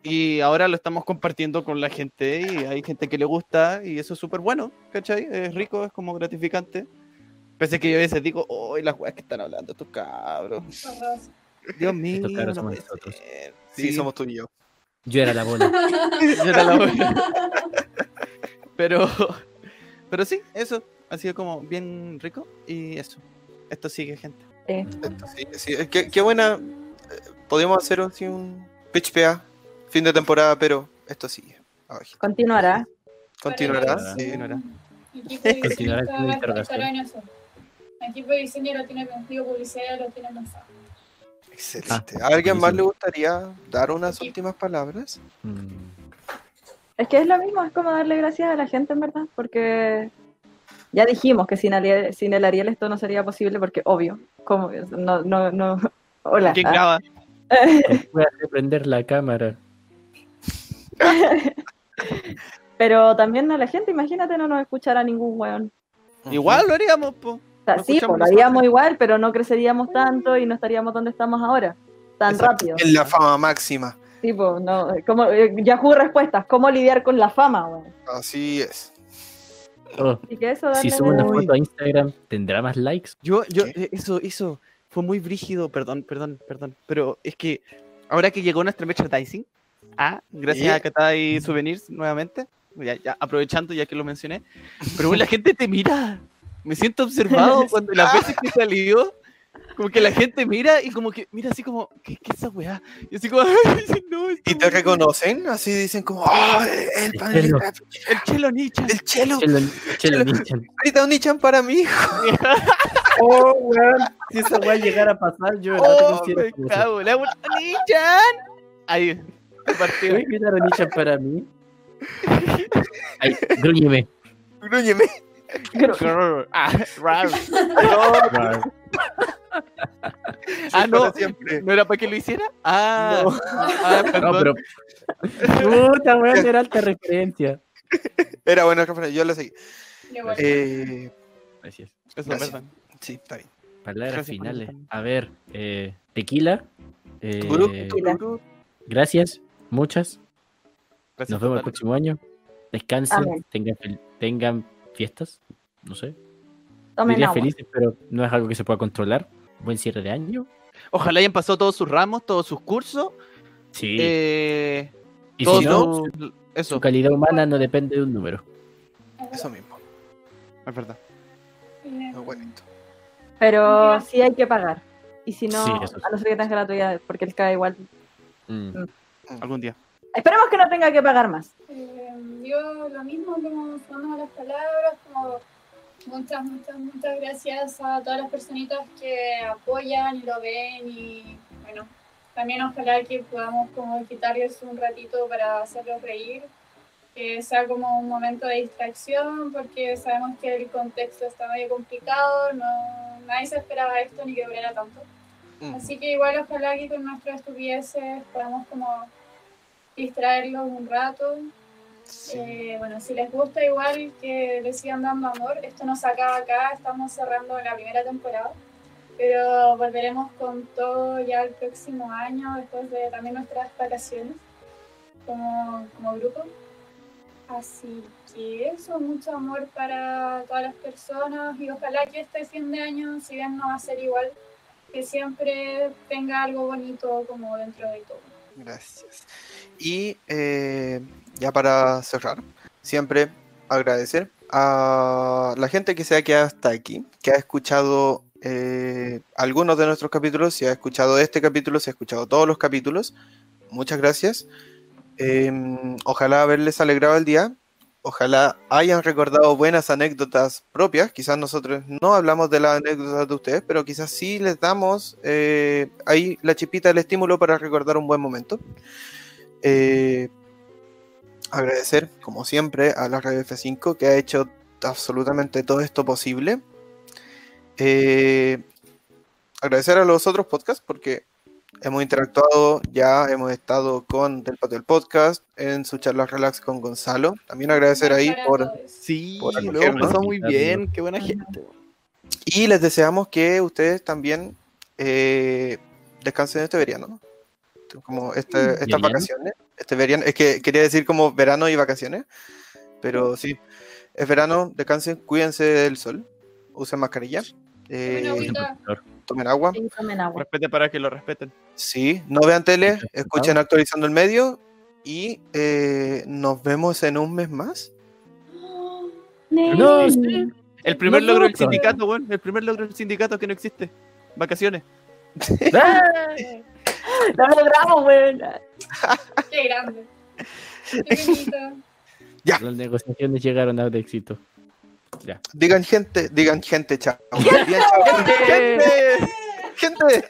Speaker 6: Y ahora lo estamos compartiendo con la gente y hay gente que le gusta y eso es súper bueno, ¿cachai? Es rico, es como gratificante. Pese a que yo a veces digo, ¡ay, las weas que están hablando estos cabros!
Speaker 5: Arroz.
Speaker 6: Dios mío,
Speaker 3: cabros
Speaker 6: no
Speaker 3: somos
Speaker 6: puede
Speaker 3: nosotros.
Speaker 6: ser".
Speaker 4: Sí, somos tú y yo.
Speaker 3: Yo era la bola.
Speaker 6: yo era la wea. pero, pero sí, eso ha sido como bien rico y eso. Esto sigue, gente.
Speaker 2: Sí.
Speaker 4: Esto sí, sí, eh, Qué, qué buena. eh, Podemos hacer así un pitch PA fin de temporada, pero esto sigue. Ay,
Speaker 2: Continuará.
Speaker 4: Continuará. sí.
Speaker 6: Continuará.
Speaker 5: Equipo de diseño
Speaker 3: Continuará con
Speaker 5: está-
Speaker 3: la
Speaker 5: está-
Speaker 3: interrogación.
Speaker 5: estará en eso. Equipo de diseño lo tiene pensado, publicidad lo tiene pensado.
Speaker 4: Excelente. ¿A alguien más
Speaker 3: buenísimo.
Speaker 4: le gustaría dar unas últimas palabras?
Speaker 3: Mm.
Speaker 2: Es que es lo mismo, es como darle gracias a la gente, en verdad, porque ya dijimos que sin, Ariel- sin el Ariel esto no sería posible, porque obvio, como no, no, no. Hola.
Speaker 6: ¿Quién
Speaker 2: ah.
Speaker 6: graba?
Speaker 3: Voy a prender la cámara.
Speaker 2: Pero también a la gente, imagínate, no nos escuchará ningún weón.
Speaker 3: Ah.
Speaker 6: Igual lo haríamos, po.
Speaker 2: O sea,
Speaker 6: Nos
Speaker 2: sí,
Speaker 6: escuchamos
Speaker 2: pues, lo haríamos igual, pero no creceríamos tanto y no estaríamos donde estamos ahora, tan rápido.
Speaker 4: En la fama máxima.
Speaker 2: Sí, pues, no, como, eh, Yahoo respuestas, ¿cómo lidiar con la fama, weón?
Speaker 4: Así es.
Speaker 3: Oh,
Speaker 2: Así que eso
Speaker 3: si
Speaker 2: darle
Speaker 3: subo una
Speaker 2: la-
Speaker 3: foto a Instagram, ¿tendrá más likes?
Speaker 6: Yo, yo,
Speaker 4: ¿Qué?
Speaker 6: eh, eso, eso fue muy brígido, perdón, perdón, perdón. Pero es que ahora que llegó nuestro merchandising, ah, gracias
Speaker 4: ¿Eh?
Speaker 6: a Katai Souvenirs nuevamente, ya, ya aprovechando ya que lo mencioné, pero bueno, la gente te mira. Me siento observado cuando las veces que salió, como que la gente mira y como que mira así como, ¿qué, qué es esa weá? Y así como, "Ay, no,
Speaker 4: Y
Speaker 6: esta
Speaker 4: te
Speaker 6: weá".
Speaker 4: reconocen, así dicen como, ¡ah! el panelista,
Speaker 6: el chelo Nietzsche.
Speaker 4: el chelo,
Speaker 3: Chelo, Chelo Nichan.
Speaker 4: grita un Nichan para mí.
Speaker 3: Oh, weón. Si esa weá llegara a pasar, yo de verdad
Speaker 6: Oh,
Speaker 3: quisiera
Speaker 6: me
Speaker 3: como-
Speaker 6: cago, en la weá, Nichan. Ahí, el partido.
Speaker 3: ¿Puedes gritar a Nichan para mí? Ay, gruñeme.
Speaker 4: Gruñeme.
Speaker 6: Ah, raro.
Speaker 4: No,
Speaker 6: Ah, no.
Speaker 4: para Siempre.
Speaker 6: ¿No era para que lo hiciera? Ah, ah,
Speaker 3: No,
Speaker 6: perdón.
Speaker 3: pero. Puta, weón, era alta referencia.
Speaker 4: Era buena referencia, yo la seguí.
Speaker 5: Le voy a-
Speaker 4: Eh,
Speaker 3: Gracias.
Speaker 6: Eso,
Speaker 4: Gracias.
Speaker 6: perdón.
Speaker 4: sí, está bien.
Speaker 3: Palabras
Speaker 6: Gracias por
Speaker 3: finales.
Speaker 6: invitarme.
Speaker 3: A ver, eh, tequila. eh,
Speaker 4: Turu,
Speaker 2: Tequila.
Speaker 4: turu.
Speaker 3: gracias, muchas.
Speaker 6: Gracias
Speaker 3: Nos
Speaker 6: por
Speaker 3: vemos el
Speaker 6: tanto.
Speaker 3: próximo año. Descansen,
Speaker 2: Amén.
Speaker 3: tengan, fel- tengan fiestas. No sé.
Speaker 2: Tomen
Speaker 3: Diría
Speaker 2: agua.
Speaker 3: felices, pero no es algo que se pueda controlar. Buen cierre de año.
Speaker 6: Ojalá hayan pasado todos sus ramos, todos sus cursos.
Speaker 3: Sí.
Speaker 6: Eh,
Speaker 3: y
Speaker 6: todos
Speaker 3: si no,
Speaker 6: sus- Eso,
Speaker 3: su calidad humana no depende de un número.
Speaker 5: es verdad.
Speaker 4: Eso mismo.
Speaker 6: es verdad.
Speaker 5: Eh,
Speaker 4: No, bonito.
Speaker 2: Pero sí hay que pagar. Y si no,
Speaker 3: Sí, eso sí.
Speaker 2: a no ser que tengas gratuidad, porque el CAE igual.
Speaker 6: Mm. Algún día.
Speaker 2: Esperemos que no tenga que pagar más.
Speaker 5: eh, yo lo mismo, como sumando las palabras, como muchas, muchas, muchas gracias a todas las personitas que apoyan y lo ven y bueno, también ojalá que podamos como quitarles un ratito para hacerlos reír, que sea como un momento de distracción, porque sabemos que el contexto está medio complicado, no, nadie se esperaba esto ni que durara tanto.
Speaker 4: Mm.
Speaker 5: Así que igual ojalá que con nuestras estupideces podamos como distraerlos un rato. Eh, bueno, si les gusta igual que les sigan dando amor, esto nos acaba acá, estamos cerrando la primera temporada, pero volveremos con todo ya el próximo año, después de también nuestras vacaciones como, como grupo. Así que eso, mucho amor para todas las personas y ojalá que este fin de año, si bien no va a ser igual, que siempre tenga algo bonito como dentro de todo.
Speaker 4: Gracias. Y eh, ya para cerrar, siempre agradecer a la gente que se ha quedado hasta aquí, que ha escuchado eh, algunos de nuestros capítulos, si ha escuchado este capítulo, si ha escuchado todos los capítulos. Muchas gracias. Eh, ojalá haberles alegrado el día. Ojalá hayan recordado buenas anécdotas propias. Quizás nosotros no hablamos de las anécdotas de ustedes, pero quizás sí les damos eh, ahí la chipita, el estímulo para recordar un buen momento. Eh, agradecer, como siempre, a la Radio F5 que ha hecho absolutamente todo esto posible. Eh, agradecer a los otros podcasts porque hemos interactuado, ya hemos estado con Del Patio del Podcast en su charla relax con Gonzalo. También agradecer ahí
Speaker 5: Para
Speaker 4: por...
Speaker 5: todos.
Speaker 6: Sí,
Speaker 4: Por
Speaker 6: lo
Speaker 4: acogernos.
Speaker 6: hemos pasado muy bien. Qué buena gente.
Speaker 4: Y les deseamos que ustedes también eh, descansen este verano. Como este- estas
Speaker 3: ¿Verano?
Speaker 4: vacaciones. Este verano. Es que quería decir como verano y vacaciones. Pero sí. Es verano, descansen, cuídense del sol. Usen mascarilla. eh,
Speaker 5: Tomen agüita.
Speaker 4: tomen agua.
Speaker 2: Sí, tomen agua.
Speaker 6: Respete para que lo respeten.
Speaker 4: Sí, no vean tele,
Speaker 3: Perfecto.
Speaker 4: escuchen actualizando el medio. Y eh, nos vemos en un mes más.
Speaker 3: No, sí.
Speaker 6: El primer
Speaker 3: No,
Speaker 6: logro del
Speaker 3: loco.
Speaker 6: sindicato, weón. El primer logro del sindicato que no existe. Vacaciones.
Speaker 2: Lo logramos, weón.
Speaker 5: Qué grande. Qué bonito.
Speaker 3: Las negociaciones llegaron a un éxito. Ya.
Speaker 2: Eh,
Speaker 4: Digan gente, digan gente, chao. Digan chao. gente, gente.